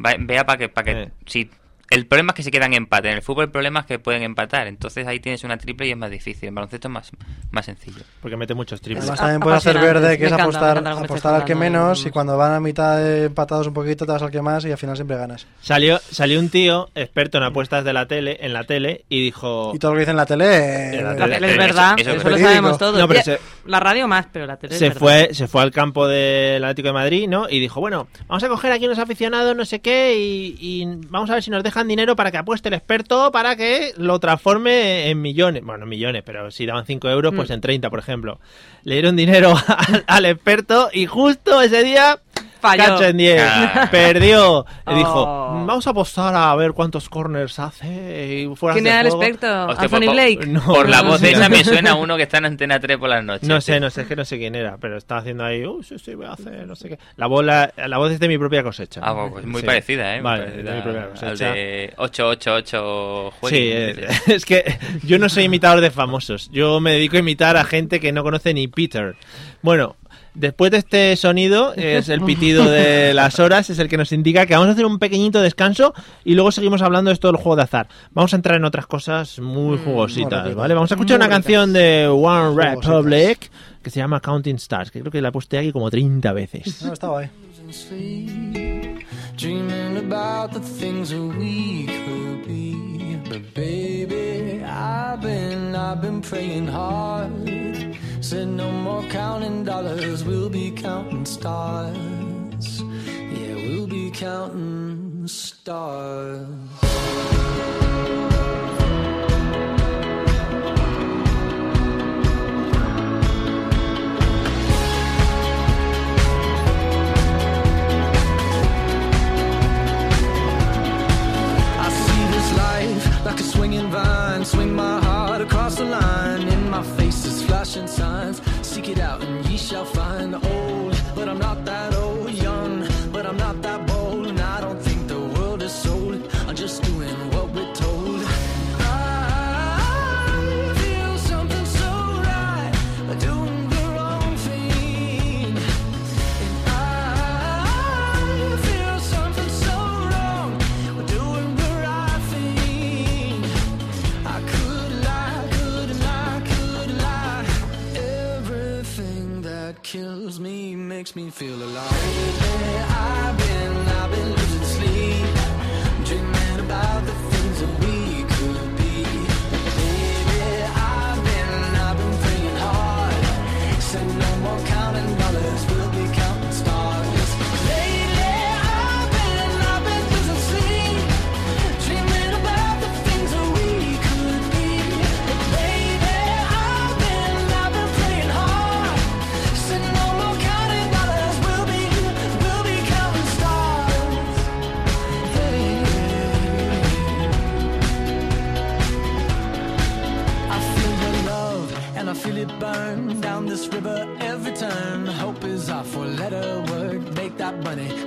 va- vea para que... para que Eh. si, el problema es que se quedan empate. En el fútbol el problema es que pueden empatar. Entonces ahí tienes una triple y es más difícil. En baloncesto es más, más sencillo. Porque mete muchos triples. Además, a- también puedes hacer apasionante. verde, que Me es encanta, me apostar, encanta lo que me estás apostar al que contando. menos y cuando van a mitad de empatados un poquito te vas al que más y al final siempre ganas. Salió, salió un tío experto en apuestas de la tele, en la tele y dijo... Y todo lo que dicen en la tele... En la eh, tele. Es verdad, Eso- eso, eso es lo verídico. sabemos todos. No, pero Ya- se- La radio más, pero la tele es se verdad. fue, se fue al campo del Atlético de Madrid, ¿no? Y dijo, bueno, vamos a coger aquí unos aficionados, no sé qué, y, y vamos a ver si nos dejan dinero para que apueste el experto para que lo transforme en millones. Bueno, no millones, pero si daban 5 euros, Mm. pues en 30, por ejemplo. Le dieron dinero al, al experto y justo ese día... Falló. cacho en 10. Ah. Perdió. Y dijo, Oh. vamos a apostar a ver cuántos corners hace. Y fuera ¿Quién de era el juego". experto? Hostia, pues, Anthony por- Blake. no, Por la voz no, esa no. me suena a uno que está en Antena 3 por las noches. No sé, no sé, es que no sé quién era, pero estaba haciendo ahí, "Uh, sí, sí, voy a hacer, no sé qué. La, bola, la voz es de mi propia cosecha. Ah, bueno, pues muy Sí. parecida, ¿eh? Muy Vale, parecida de mi propia al cosecha. de 888 juegos. Sí, eh, es, es que yo no soy imitador de famosos, yo me dedico a imitar a gente que no conoce ni Peter. Bueno, después de este sonido, es el pitido de las horas, es el que nos indica que vamos a hacer un pequeñito descanso y luego seguimos hablando de esto del juego de azar. Vamos a entrar en otras cosas muy jugositas, ricas. ¿vale? Vamos a escuchar Muy una ricas. canción de One Jugositas. Republic que se llama Counting Stars, que creo que la he puesto aquí como 30 veces. No, está guay. Dreaming about the things that we could be. But baby, I've been, I've been praying hard. Said no more counting dollars, we'll be counting stars. Yeah, we'll be counting stars. I see this life like a swinging vine. Swing my heart across the line. In my face is flashing signs. Seek it out and ye shall find. Old, but I'm not that old. Young, but I'm not that bold. And I don't think the world is sold. I'm just doing what we're told. I feel something so right. Doing the wrong thing. I feel something so wrong. We're doing the right thing. I could lie, could lie, could lie. Everything that kills me makes me feel alive. Lately, I've been, I've been losing sleep, dreaming about the things that we could be. Baby, I've been, I've been praying hard. Said no more counting dollars, we'll be counting stars. Lately, I've been, I've been losing sleep, dreaming about the things that we could be. Baby, I've been, I've been praying hard. Said no more counting dollars, we'll be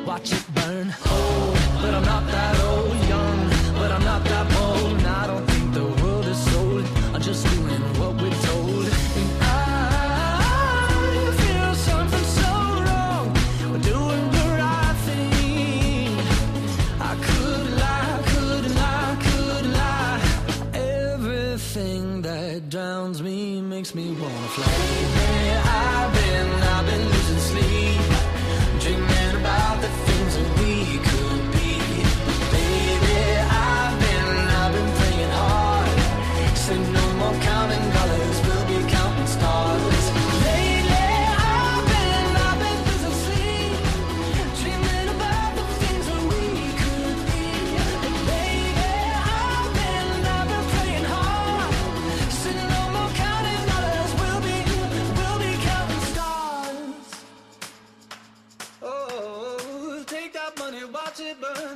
watch it burn. Old, but I'm not that old. Young, but I'm not that bold. And I don't think the world is sold. I'm just doing what we're told. And I feel something so wrong. We're doing the right thing. I could lie, could lie, could lie. Everything that drowns me makes me wanna fly. Lately, I've been, I've been losing sleep, dreaming about the things that we could be. Baby, I've been, I've been playing hard. Say no more counting dollars, we'll be counting stars. Lately, I've been, I've been losing sleep, dreaming about the things that we could be. Baby, I've been, I've been playing hard. Say no more counting dollars, we'll be, we'll be counting stars. Oh, take that money, watch it burn.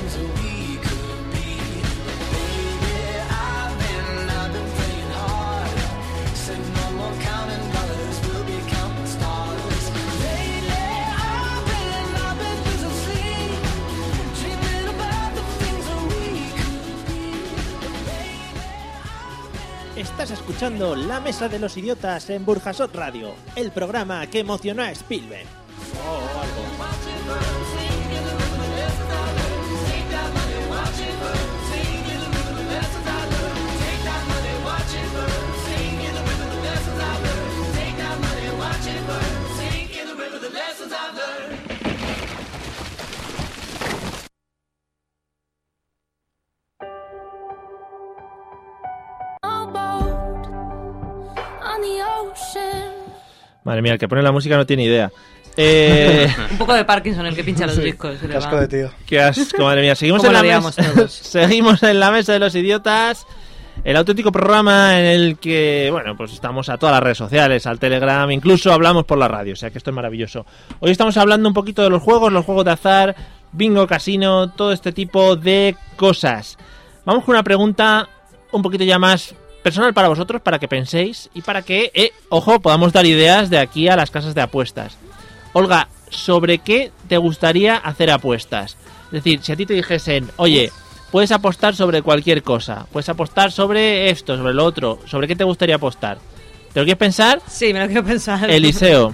that we could be. Baby, I've been, I've been playing hard. Said no more counting dollars, we'll be counting stars. Lately, I've been, I've been losing sleep, dreaming about the things that we could Estás escuchando La Mesa de los Idiotas en Burjasot Radio, el programa que emocionó a Spielberg. On the ocean. Madre mía, el que pone la música no tiene idea. Eh, Un poco de Parkinson el que pincha los Sí, discos. se le casco va. de tío. Qué asco, madre mía. Seguimos ¿Cómo en, la la liamos mesa, todos? seguimos en la mesa de los idiotas. El auténtico programa en el que, bueno, pues estamos a todas las redes sociales, al Telegram, incluso hablamos por la radio, o sea que esto es maravilloso. Hoy estamos hablando un poquito de los juegos, los juegos de azar, bingo, casino, todo este tipo de cosas. Vamos con una pregunta un poquito ya más personal para vosotros, para que penséis y para que, eh, ojo, podamos dar ideas de aquí a las casas de apuestas. Olga, ¿sobre qué te gustaría hacer apuestas? Es decir, si a ti te dijesen, oye, puedes apostar sobre cualquier cosa, puedes apostar sobre esto, sobre lo otro, ¿sobre qué te gustaría apostar? ¿Te lo quieres pensar? Sí, me lo quiero pensar. Eliseo.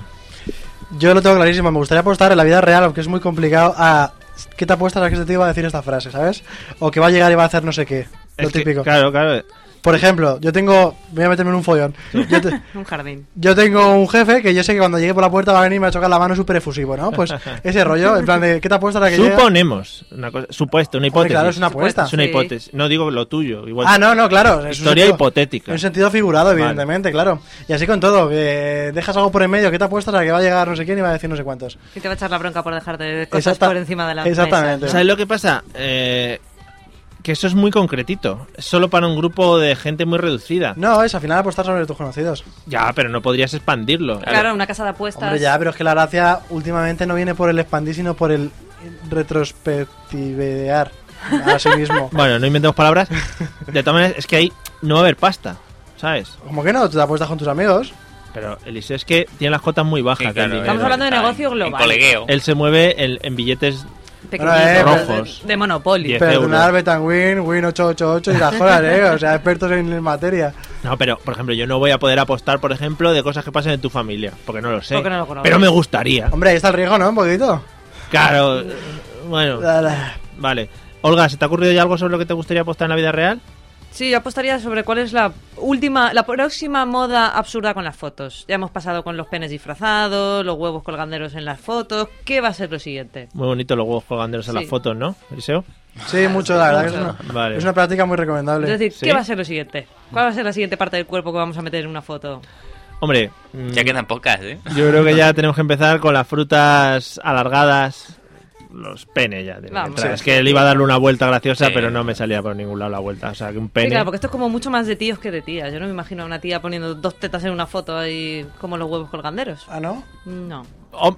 Yo lo tengo clarísimo, me gustaría apostar en la vida real, aunque es muy complicado, a qué te apuestas a que este tío va a decir esta frase, ¿sabes? O que va a llegar y va a hacer no sé qué. Lo Es que, típico. claro, claro. Por ejemplo, yo tengo. Voy a meterme en un follón. Yo, te- Un jardín. yo tengo un jefe que yo sé que cuando llegue por la puerta va a venir y me va a chocar la mano súper efusivo, ¿no? Pues ese rollo, en plan de. ¿Qué te apuestas a que llegue? Suponemos, una cosa, supuesto, una Hombre, hipótesis. claro, es una apuesta. Es una Sí. hipótesis. No digo lo tuyo. Igual Ah, no, no, claro. es un Historia sentido- hipotética. En sentido figurado, Vale. evidentemente, claro. Y así con todo, que dejas algo por en medio, ¿qué te apuestas a que va a llegar no sé quién y va a decir no sé cuántos? Y te va a echar la bronca por dejarte cosas Exacta- por encima de la exactamente. mesa, ¿Sabes lo que pasa? Eh, que eso es muy concretito. Es solo para un grupo de gente muy reducida. No, es al final apostar sobre tus conocidos. Ya, pero no podrías expandirlo. ¿no? Claro, una casa de apuestas. Hombre, ya, pero es que la gracia últimamente no viene por el expandir, sino por el retrospectivear a sí mismo. Bueno, no inventemos palabras. De todas maneras, es que ahí no va a haber pasta, ¿sabes? Como que no, tú te apuestas con tus amigos. Pero Eliseo es que tiene las cotas muy bajas. Sí, del claro, dinero. Estamos hablando de Está en- negocio global. En colegueo. Él se mueve en, en billetes. Pequeñitos, eh, Rojos. De, de Monopoly. Diez. Perdonar, euros. Betanwin, Win 888 y las cosas, ¿eh? O sea, expertos en materia. No, pero por ejemplo, yo no voy a poder apostar, por ejemplo, de cosas que pasen en tu familia, porque no lo sé. Porque no lo conozco. pero me gustaría. Hombre, ahí está el riesgo, ¿no? Un poquito. Claro. eh, Bueno, vale. Olga, ¿se te ha ocurrido ya algo sobre lo que te gustaría apostar en la vida real? Sí, yo apostaría sobre cuál es la última, la próxima moda absurda con las fotos. Ya hemos pasado con los penes disfrazados, los huevos colganderos en las fotos. ¿Qué va a ser lo siguiente? Muy bonito los huevos colganderos en Sí. las fotos, ¿no, Eliseo? Sí, mucho, la verdad que es una, Vale. es una práctica muy recomendable. Es decir, ¿Sí? ¿qué va a ser lo siguiente? ¿Cuál va a ser la siguiente parte del cuerpo que vamos a meter en una foto? Hombre, mm, Ya quedan pocas, ¿eh? yo creo que ya tenemos que empezar con las frutas alargadas los penes ya. tienen que Vamos. entrar. Sí. Es que le iba a darle una vuelta graciosa, Sí. pero no me salía por ningún lado la vuelta. O sea, que un Sí, pene. claro, porque esto es como mucho más de tíos que de tías. Yo no me imagino a una tía poniendo dos tetas en una foto ahí como los huevos colganderos. ¿Ah, no? No. Oh,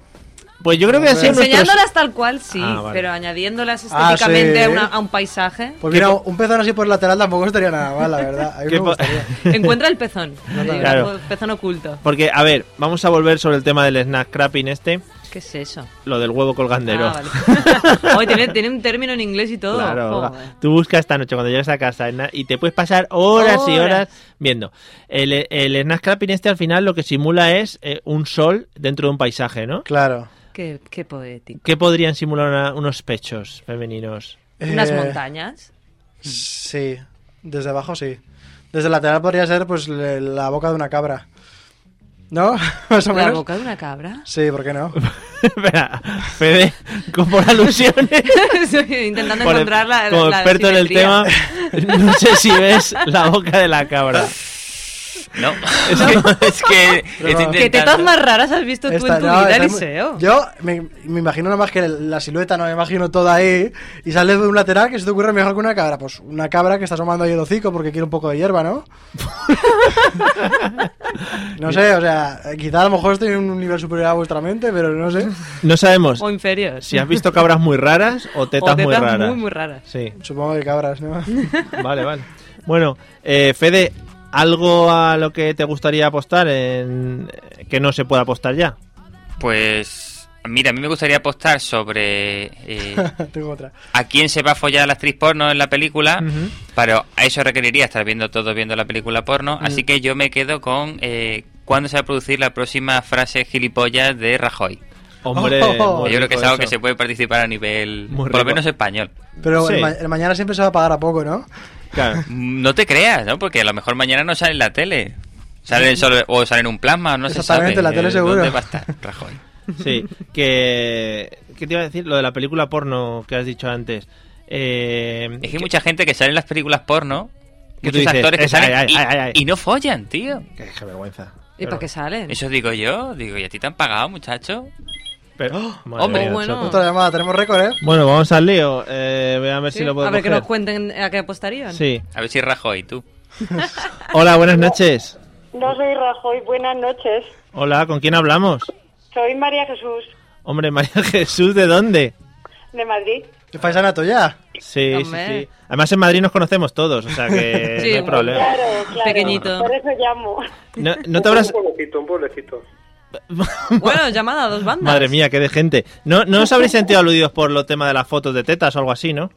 pues yo creo que así en nuestros- Enseñándolas tal cual, sí, Ah, vale. pero añadiéndolas Ah, estéticamente sí. a, una- a un paisaje. Pues mira, un pezón así por el lateral tampoco estaría nada mal, la verdad. A mí ¿Qué me po- gustaría. Encuentra el pezón. también. Eh, Claro. El pezón oculto. Porque, a ver, vamos a volver sobre el tema del snack crapping este, ¿Qué es eso? lo del huevo colgandero. Ah, vale. Oye, tiene, tiene un término en inglés y todo. Claro, Joder. Olga. tú buscas esta noche cuando llegas a casa en na- y te puedes pasar horas, y Horas. horas viendo. El, el snack crapping este al final lo que simula es eh, un sol dentro de un paisaje, ¿no? Claro. Qué, qué poético. ¿Qué podrían simular una- unos pechos femeninos? Unas Eh, montañas. Sí, desde abajo sí. Desde el lateral podría ser pues le- la boca de una cabra. ¿No? Más o La menos. boca de una cabra. Sí, ¿por qué no? Espera, Fede, con- por alusiones. Estoy intentando por- encontrar la, como la experto en el simetría. tema, no sé si ves la boca de la cabra. No, es que, es que estoy Pero- ¿Qué tetas intentando- más raras has visto tú Esta- en tu no, vida, esta es Eliseo? muy- Yo me, me imagino nada más que la silueta, no me imagino toda ahí. Y sale de un lateral que se te ocurre mejor que una cabra. Pues una cabra que está asomando ahí el hocico porque quiere un poco de hierba, ¿no? no sé, o sea, quizá a lo mejor estoy en un nivel superior a vuestra mente, pero no sé. No sabemos O inferiores. si has visto cabras muy raras o tetas, o tetas muy raras. muy, muy raras. Sí, Supongo que cabras, ¿no? vale, vale. Bueno, eh, Fede, ¿algo a lo que te gustaría apostar en... que no se pueda apostar ya? Pues mira, a mí me gustaría apostar sobre eh, Tengo otra. a quién se va a follar la actriz porno en la película, pero a eso requeriría estar viendo todos viendo la película porno, así que yo me quedo con eh, cuándo se va a producir la próxima frase gilipollas de Rajoy. Hombre, Oh. muy yo creo que es rico algo que eso. se puede participar a nivel, Muy por lo rico. menos español. Pero el, Sí. ma- el mañana siempre se va a pagar a poco, ¿no? Claro. No te creas, ¿no? Porque a lo mejor mañana no sale en la tele. Sale en solo- o sale en un plasma, no se sabe. Exactamente, la tele eh, seguro. ¿Dónde va a estar Rajoy? Sí, que... ¿Qué te iba a decir? Lo de la película porno que has dicho antes. Eh, Es que hay mucha gente que sale en las películas porno, Que muchos tú dices, actores que "Esa, salen ay, y, ay, ay, ay". y no follan, tío. que- Qué vergüenza. ¿Y para qué salen? Eso digo yo, digo, ¿y a ti te han pagado, muchacho? Pero, ¡oh! madre hombre, mía, bueno. chapo. Otra llamada, tenemos récord, ¿eh? Bueno, vamos al lío. Eh, voy a ver Sí, si lo puedo a ver que coger. nos cuenten a qué apostarían. Sí. A ver si Rajoy, tú. Hola, buenas noches. No soy Rajoy, buenas noches. Hola, ¿con quién hablamos? Soy María Jesús, Hombre, María Jesús, ¿de dónde? de Madrid. ¿Qué paisanato ya? Sí, sí, Hombre. sí. Además en Madrid nos conocemos todos, o sea que Sí, eh, no hay bueno. problema. Claro, claro. Pequeñito. Por eso llamo. No, no te habrás... Un pueblecito, un pueblecito. Bueno, llamada a dos bandas. Madre mía, qué de gente. No, no os habréis sentido aludidos por lo tema de las fotos de tetas o algo así, ¿no?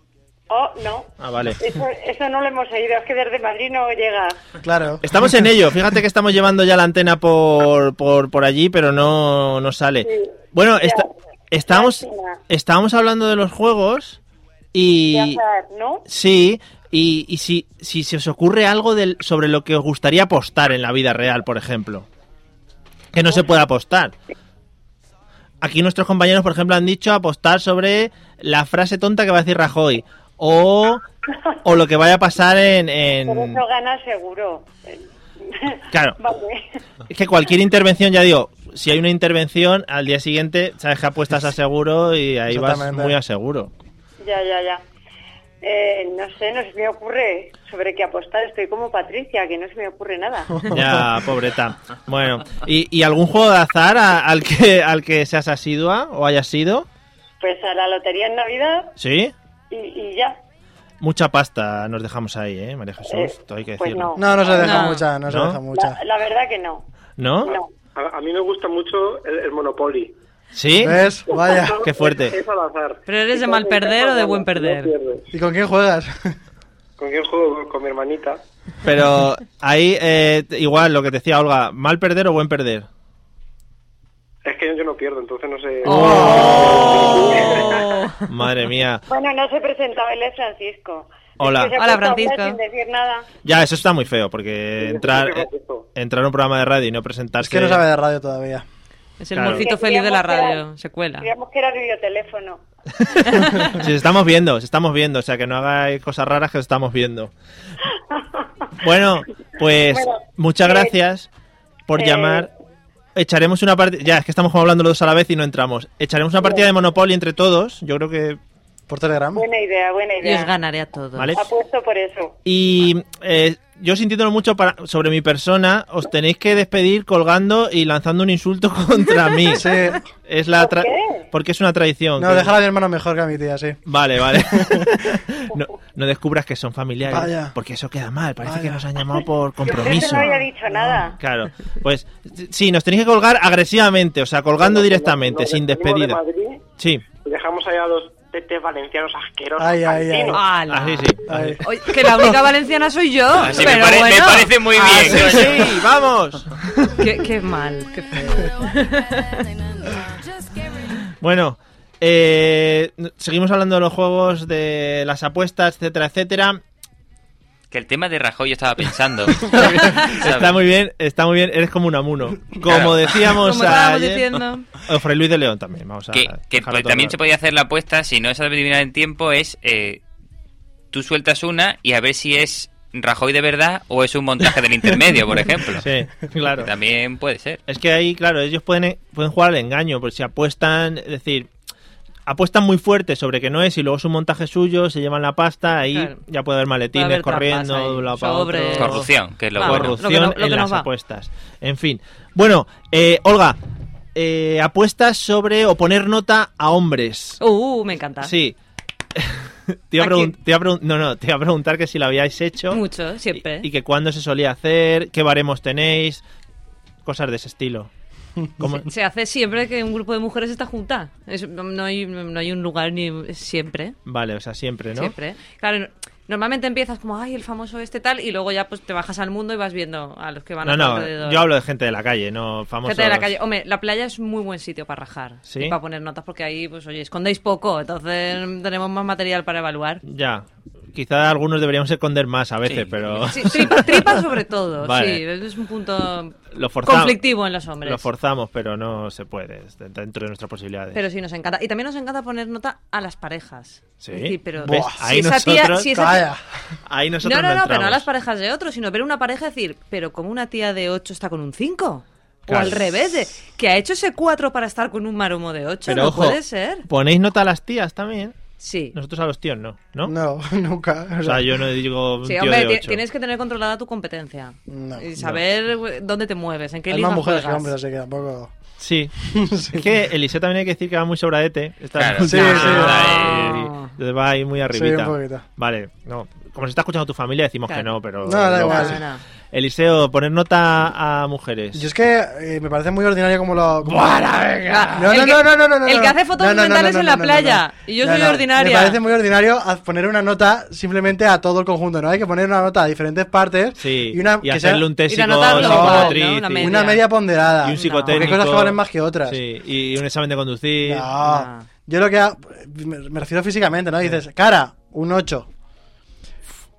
Oh, no. Ah, vale. Eso, eso no lo hemos oído, es que desde Madrid no llega. Claro. Estamos en ello, fíjate que estamos llevando ya la antena por, por, por allí, pero no, no sale. Bueno, esta- estábamos, Lástima. estábamos hablando de los juegos y... De azar, ¿no? Sí, y, y si, si se os ocurre algo del, sobre lo que os gustaría apostar en la vida real, por ejemplo. Que no se puede apostar. Aquí nuestros compañeros, por ejemplo, han dicho apostar sobre la frase tonta que va a decir Rajoy. O, o lo que vaya a pasar en... en- Por eso gana seguro. Claro, Vale. es que cualquier intervención, ya digo, si hay una intervención, al día siguiente sabes que apuestas a seguro y ahí vas Exactamente. muy a seguro. Ya, ya, ya. Eh, no sé, no se me ocurre sobre qué apostar. Estoy como Patricia, que no se me ocurre nada. Ya, pobreta. Bueno, ¿y, y algún juego de azar a- al, que, al que seas asidua o hayas sido? Pues a la lotería en Navidad ¿Sí? y, y ya. Mucha pasta nos dejamos ahí, ¿eh, María Jesús? Eh, Todo hay que pues decirlo. No, no se deja No. mucha, no, se ¿No? deja mucha. La, la verdad que no. no. No. A, a mí me gusta mucho el, el Monopoly. ¿Sí? ¿Ves? Vaya. Qué fuerte. Es, es al azar. ¿Pero eres de mal Entonces, perder o de buen no perder? pierdes. ¿Y con quién juegas? ¿Con quién juego? Con mi hermanita. Pero ahí, eh, igual, lo que te decía Olga, ¿mal perder o buen perder? Es que yo no pierdo, entonces no sé. Oh. Madre mía. Bueno, no se presentaba, él es Francisco. Hola. Es que se Hola, puso a hablar Francisco. Sin decir nada. Ya, eso está muy feo, porque entrar, eh, entrar a un programa de radio y no presentarse... Es que no sabe de radio todavía. Es el Claro. morcito feliz de la radio. Se cuela. Digamos que era videoteléfono. Si estamos viendo, si estamos viendo, o sea que no hagáis cosas raras que os estamos viendo. Bueno, pues Bueno, muchas eh, gracias por eh, llamar. echaremos una partida. Ya, es que estamos como hablando los dos a la vez y no entramos. Echaremos una partida de Monopoly entre todos. Yo creo que. Por Telegram. Buena idea, buena idea. os ganaré a todos. Vale. Apuesto por eso. Y eh, yo sintiéndolo mucho para, sobre mi persona, os tenéis que despedir colgando y lanzando un insulto contra mí. Sí. Es la tra- Porque es una tradición. No, que- déjala a mi hermano mejor que a mi tía, sí. Vale, vale. No, no descubras que son familiares. Vaya. Porque eso queda mal. Parece que Vaya. nos han llamado por Yo compromiso. no había dicho nada. Claro. Pues sí, nos tenéis que colgar agresivamente, o sea, colgando directamente, nos sin despedimos de despedida. Madrid. Sí. Y dejamos allá a los tetes valencianos asquerosos. Ay, ay, ay. cansinos. ¡Hala! Así Ah, sí. así. Oye, que la única valenciana soy yo. Así Ah, me, pero pare- me bueno. Ah, parece muy bien. Ah, Sí, coño. sí, vamos. Qué, qué mal, qué feo. Bueno, eh, seguimos hablando de los juegos, de las apuestas, etcétera, etcétera. Que el tema de Rajoy yo estaba pensando. Está muy bien, está muy bien. Eres como un amuno. Como Claro. decíamos Como estábamos ayer- diciendo. O Fray Luis de León también, vamos a que, que pues dejarlo todo también claro. se podía hacer la apuesta, si no es adivinar en tiempo, es eh, tú sueltas una y a ver si es Rajoy de verdad o es un montaje del intermedio, por ejemplo. Sí, claro. Que También puede ser. Es que ahí, claro, ellos pueden, eh, pueden jugar al engaño, porque si apuestan, es decir, apuestan muy fuerte sobre que no es y luego es un montaje suyo, se llevan la pasta, ahí Claro. ya puede haber maletines Puede haber corriendo trampas de ahí, un lado para otro. sobres. Corrupción, que es lo Vamos. bueno. Corrupción Lo que no- lo que en nos las va. apuestas. En fin. Bueno, eh, Olga, eh, apuestas sobre o poner nota a hombres. Uh, me encanta. Sí. te, iba a ¿A pregun- quién? te iba a pregun- no, no, te iba a preguntar que si lo habíais hecho Mucho, siempre. y, y que cuándo se solía hacer, qué baremos tenéis, cosas de ese estilo. ¿Cómo- Se hace siempre que un grupo de mujeres está junta. Es- no, no hay, no hay un lugar ni es siempre. Vale, o sea, siempre, ¿no? Siempre. Claro, no- normalmente empiezas como, ay, el famoso este tal, y luego ya pues te bajas al mundo y vas viendo a los que van No, a tu no, alrededor. yo hablo de gente de la calle, no famosos. Gente de la calle. oh. Hombre, la playa es muy buen sitio para rajar. ¿Sí? Y para poner notas, porque ahí, pues oye, escondéis poco, entonces tenemos más material para evaluar. Ya, quizá algunos deberíamos esconder más a veces, Sí. pero Sí, tripa, tripa sobre todo, Vale. sí. Es un punto Lo forzamos. conflictivo en los hombres. lo forzamos, pero no se puede, es de- dentro de nuestras posibilidades. Pero sí nos encanta. Y también nos encanta poner nota a las parejas. Sí. Es decir, pero ¿Ves? si Ahí esa tía- nosotros- si esa tía- Vaya. Ahí No, no, nosotros no, pero no entramos. a las parejas de otros, sino ver una pareja y decir, pero como una tía de 8 está con un 5. Claro. O al revés, de, que ha hecho ese 4 para estar con un maromo de 8. Pero no ojo, puede ser. Ponéis nota a las tías también. Sí. Nosotros a los tíos no, ¿no? No, nunca. O sea, yo no digo un Sí, tío hombre, de ti- ocho. tienes que tener controlada tu competencia. No, y saber eh, dónde te mueves, en qué Hay liga más mujeres que juegas. hombres, así que tampoco. Sí. Es que Eliseo también hay que decir que va muy sobradete. Está Claro. Sí, sí. Ah. Entonces va ahí muy arribita. Sí, un poquito. Vale, no. Como se está escuchando tu familia, decimos Claro. que no, pero. No, da lo igual. haces. No, no, no. Eliseo, poner nota a mujeres. Yo es que eh, me parece muy ordinario como lo. como- Ah, No, el no, que- no, no, no, no, no, El que no. hace fotos No, no, no, mentales no, en no, la no, no, playa. no. Y yo No, soy no. ordinaria. Me parece muy ordinario haz- poner una nota simplemente a todo el conjunto, ¿no? Hay que poner una nota a diferentes partes. Sí. Y, una, que sea hacerle un test Y la nota psico- global, psicomotriz ¿no? Una y- media. una media ponderada. y un psicotécnico. Porque hay cosas que valen más que otras. Sí, y un examen de conducir. No. Ah. No. Yo lo que ha- me, me refiero físicamente, ¿no? Dices, cara, un 8.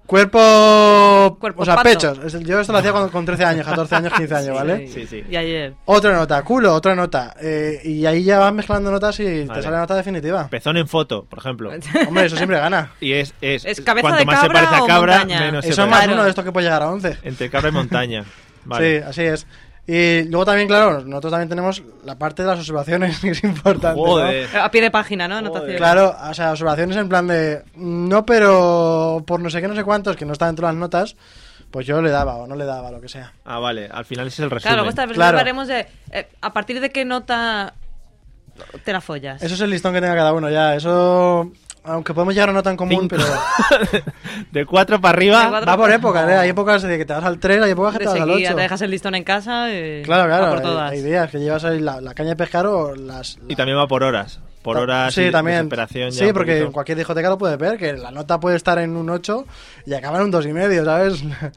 Cuerpo, Cuerpo o sea, pato. pechos. Es- Yo esto lo hacía cuando, con 13 años, 14 años, 15 años, ¿vale? Sí, sí. Y ayer. Otra nota, culo, otra nota. Eh, y ahí ya vas mezclando notas y Vale. te sale la nota definitiva. Pezón en foto, por ejemplo. Hombre, eso siempre gana. Y es. es, Es cabeza cuanto de más se cabra parece a o cabra, montaña. menos se eso es parece. más Claro. uno de estos que puede llegar a 11. Entre cabra y montaña. Vale. Sí, así es. Y luego también, claro, nosotros también tenemos la parte de las observaciones, que es importante. ¿no? Joder. A pie de página, ¿no? Anotación. Claro, o sea, observaciones en plan de no, pero por no sé qué, no sé cuántos, que no está dentro de las notas, pues yo le daba o no le daba, lo que sea. Ah, vale. Al final ese es el resumen. Claro, luego esta vez Claro. hablaremos de eh, a partir de qué nota te la follas. Eso es el listón que tenga cada uno ya, eso. Aunque podemos llegar a una nota en común, Cinco. pero De cuatro para De arriba. cuatro- va por épocas, ¿eh? Hay épocas de que te vas al 3, hay épocas que de te vas al 8. seguida, te dejas el listón en casa y Claro, a claro, por todas. hay, hay días que llevas ahí la, la caña de pescar o las... Y también va por horas. Por horas. Sí, y también. desesperación ya Sí, un porque poquito. en cualquier discoteca lo puedes ver, que la nota puede estar en un 8 y acaba en un 2,5, ¿sabes?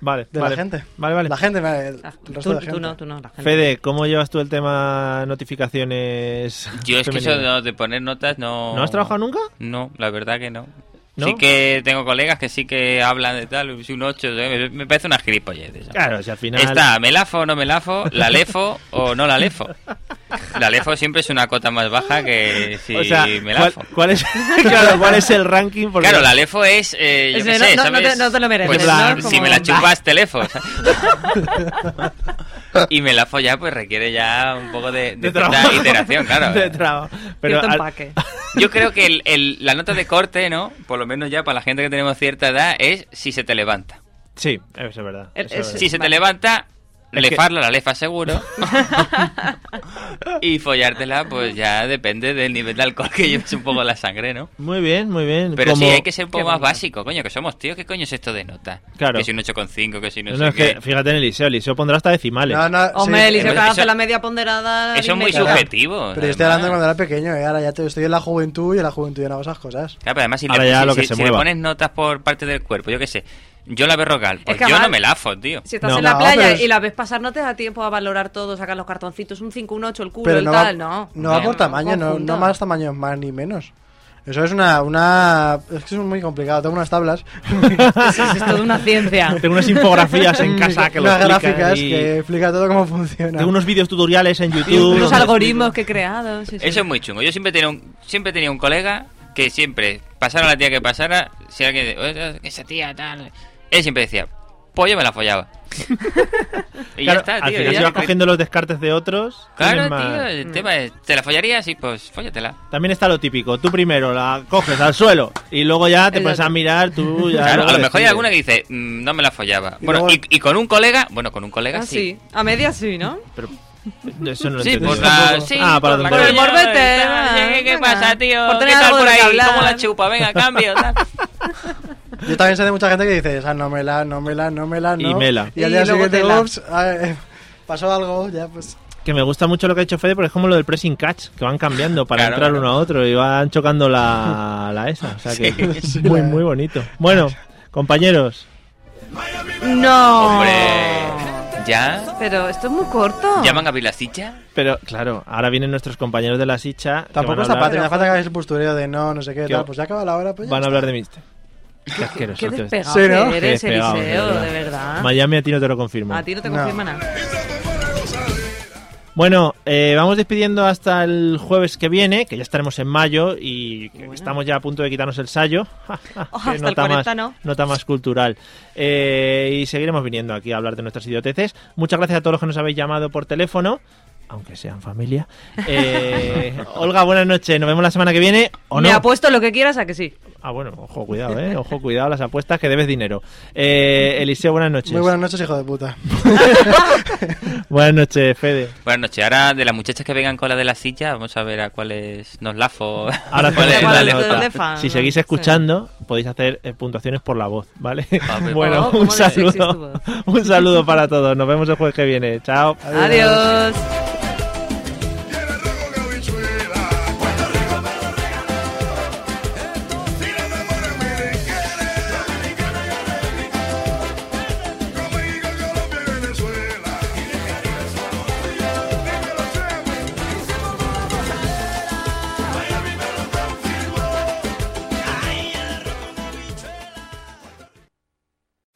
Vale, De vale. la gente. Vale, vale. La gente, el, Ah, el resto tú, de gente. tú no, tú no, la gente. Fede, ¿cómo llevas tú el tema notificaciones? Yo es que eso femeninas? de- de poner notas no... ¿No has trabajado nunca? No, la verdad que no. ¿No? Sí que tengo colegas que sí que hablan de tal, si un 8, eh, me parece una gilipollez. eso. Claro, si al final. Está, ¿me lafo o no me lafo? ¿La lefo o no la lefo? La lefo siempre es una cota más baja que si o sea, me ¿cuál, lafo. cuál es, claro, ¿cuál es el ranking? Porque- Claro, la lefo es. eh, yo Es qué de, sé, no- no- no ¿sabes? te- no te lo mereces, Pues, ¿no? Si Como- me la chupas, te lefo. ¿sabes? y me la folla, pues requiere ya un poco de, de De cierta trabajo. iteración, claro. De trabajo. Pero Cierto al- empaque. Yo creo que el- el- la nota de corte, ¿no? Por lo menos ya para la gente que tenemos cierta edad, es si se te levanta. Sí, eso es verdad. Es- eso es es- verdad. Si se te vale. levanta, Es le que- farla, la lefa seguro. y follártela, pues ya depende del nivel de alcohol que lleves un poco en la sangre, ¿no? Muy bien, muy bien. Pero Como- sí, hay que ser un poco Qué más bonito. básico, coño, que somos tíos, ¿qué coño es esto de nota? Claro. Que si un 8,5, que si no, No, sé es qué. que fíjate en Eliseo, Eliseo pondrá hasta decimales. No, no, Hombre, sí. eh, Eliseo, Eso- cada hace eso- la media ponderada. Eso es muy dime. subjetivo. Pero yo estoy además. hablando cuando era pequeño, ¿eh? ahora ya te- estoy en la juventud y en la juventud yo no hago esas cosas. Claro, pero además, si, Ahora le, ya si- lo que si- se si le mueva. pones notas por parte del cuerpo, yo qué sé. Yo la veo rogal, pues que yo además- no me lafo, tío. Si estás No. en la No, playa pero es- y la ves pasar, no te da tiempo a valorar todo, sacar los cartoncitos, un 5, un 8, el culo, Pero el no va, tal, no. no. va No, por no, tamaño, no, conjunto. no más tamaño más ni menos. Eso es una, una... Es que es muy complicado, tengo unas tablas. Eso es toda una ciencia. Tengo unas infografías en casa que lo unas explican gráficas y que explica todo cómo funciona. Tengo unos vídeos tutoriales en Y YouTube. unos donde algoritmos que he creado. sí, sí. Eso es muy chungo. Yo siempre tenía un, siempre tenía un colega que siempre, pasara la tía que pasara, si alguien "Oye, esa tía tal, él siempre decía, pues yo me la follaba. y Claro, ya está, al tío. final ya se va no cri- cogiendo los descartes de otros. Claro, tienes más- tío, el tema es, ¿te la follarías? Sí, pues fóllatela. También está lo típico. Tú primero la coges al suelo y luego ya te El pones a otro. mirar tú. Ya Claro, luego a lo mejor hay decides. alguna que dice, "Mm, no me la follaba. Y bueno, luego- y, y con un colega, bueno, con un colega Ah, sí. sí. A media sí, ¿no? Pero eso no lo Sí, entiendo. por la. Sí, Ah, para la donde Por el vaya. coña, morbete, tal, venga, ¿Qué, qué venga. pasa, tío? Por ¿Qué tener tal algo de por qué ahí? hablar. ¿Cómo la chupa? Venga, cambio. Tal. Yo también sé de mucha gente que dice, esa no me la, no me la, no me la, no. Y mela. Y al Y día luego siguiente, tela. ups, ah, eh, pasó algo, ya pues... Que me gusta mucho lo que ha hecho Fede, porque es como lo del pressing catch, que van cambiando para Claro, entrar claro. uno a otro y van chocando la, la esa. O sea que Sí. muy, muy bonito. Bueno, compañeros, No. Oh. Hombre. ¿Ya? Pero esto es muy corto. ¿Llaman a Vilasicha? pero claro, ahora vienen nuros compañeros de la Sicha. que van Tampoco a está hablar- padre, me falta que hagáis el postureo de no, no sé qué, ¿Qué? tal. Pues ya acaba la hora, pues ya Van a está. hablar de Mister. Qué asqueroso. Qué tío. despegado Sí, ¿no? que eres, Qué despegado, Eliseo, de verdad. de verdad. Miami a ti no te lo confirmo. A ti no te No. confirma nada. Bueno, eh, vamos despidiendo hasta el jueves que viene, que ya estaremos en mayo y que estamos ya a punto de quitarnos el sayo. Ja, ja, Oh, qué hasta el 40 más, no. nota más cultural. Eh, y seguiremos viniendo aquí a hablar de nuestras idioteces. Muchas gracias a todos los que nos habéis llamado por teléfono, aunque sean familia. Eh, Olga, buenas noches. Nos vemos la semana que viene. ¿o Me no? apuesto lo que quieras a que sí. Ah, bueno, ojo, cuidado, ¿eh? Ojo, cuidado las apuestas que debes dinero. Eh, Eliseo, buenas noches. Muy buenas noches, hijo de puta. Buenas noches, Fede. Buenas noches. Ahora, de las muchachas que vengan con la de la silla, vamos a ver a cuáles nos lafo. Ahora cuál es hacemos ¿Cuál la la es tu nota. nota. teléfono? Si seguís Sí. escuchando, podéis hacer eh, puntuaciones por la voz, ¿vale? Ah, pero- bueno, Oh, ¿cómo un de sexy es tu saludo. voz? Un saludo para todos. Nos vemos el jueves que viene. Chao. Adiós.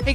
Hey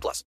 plus.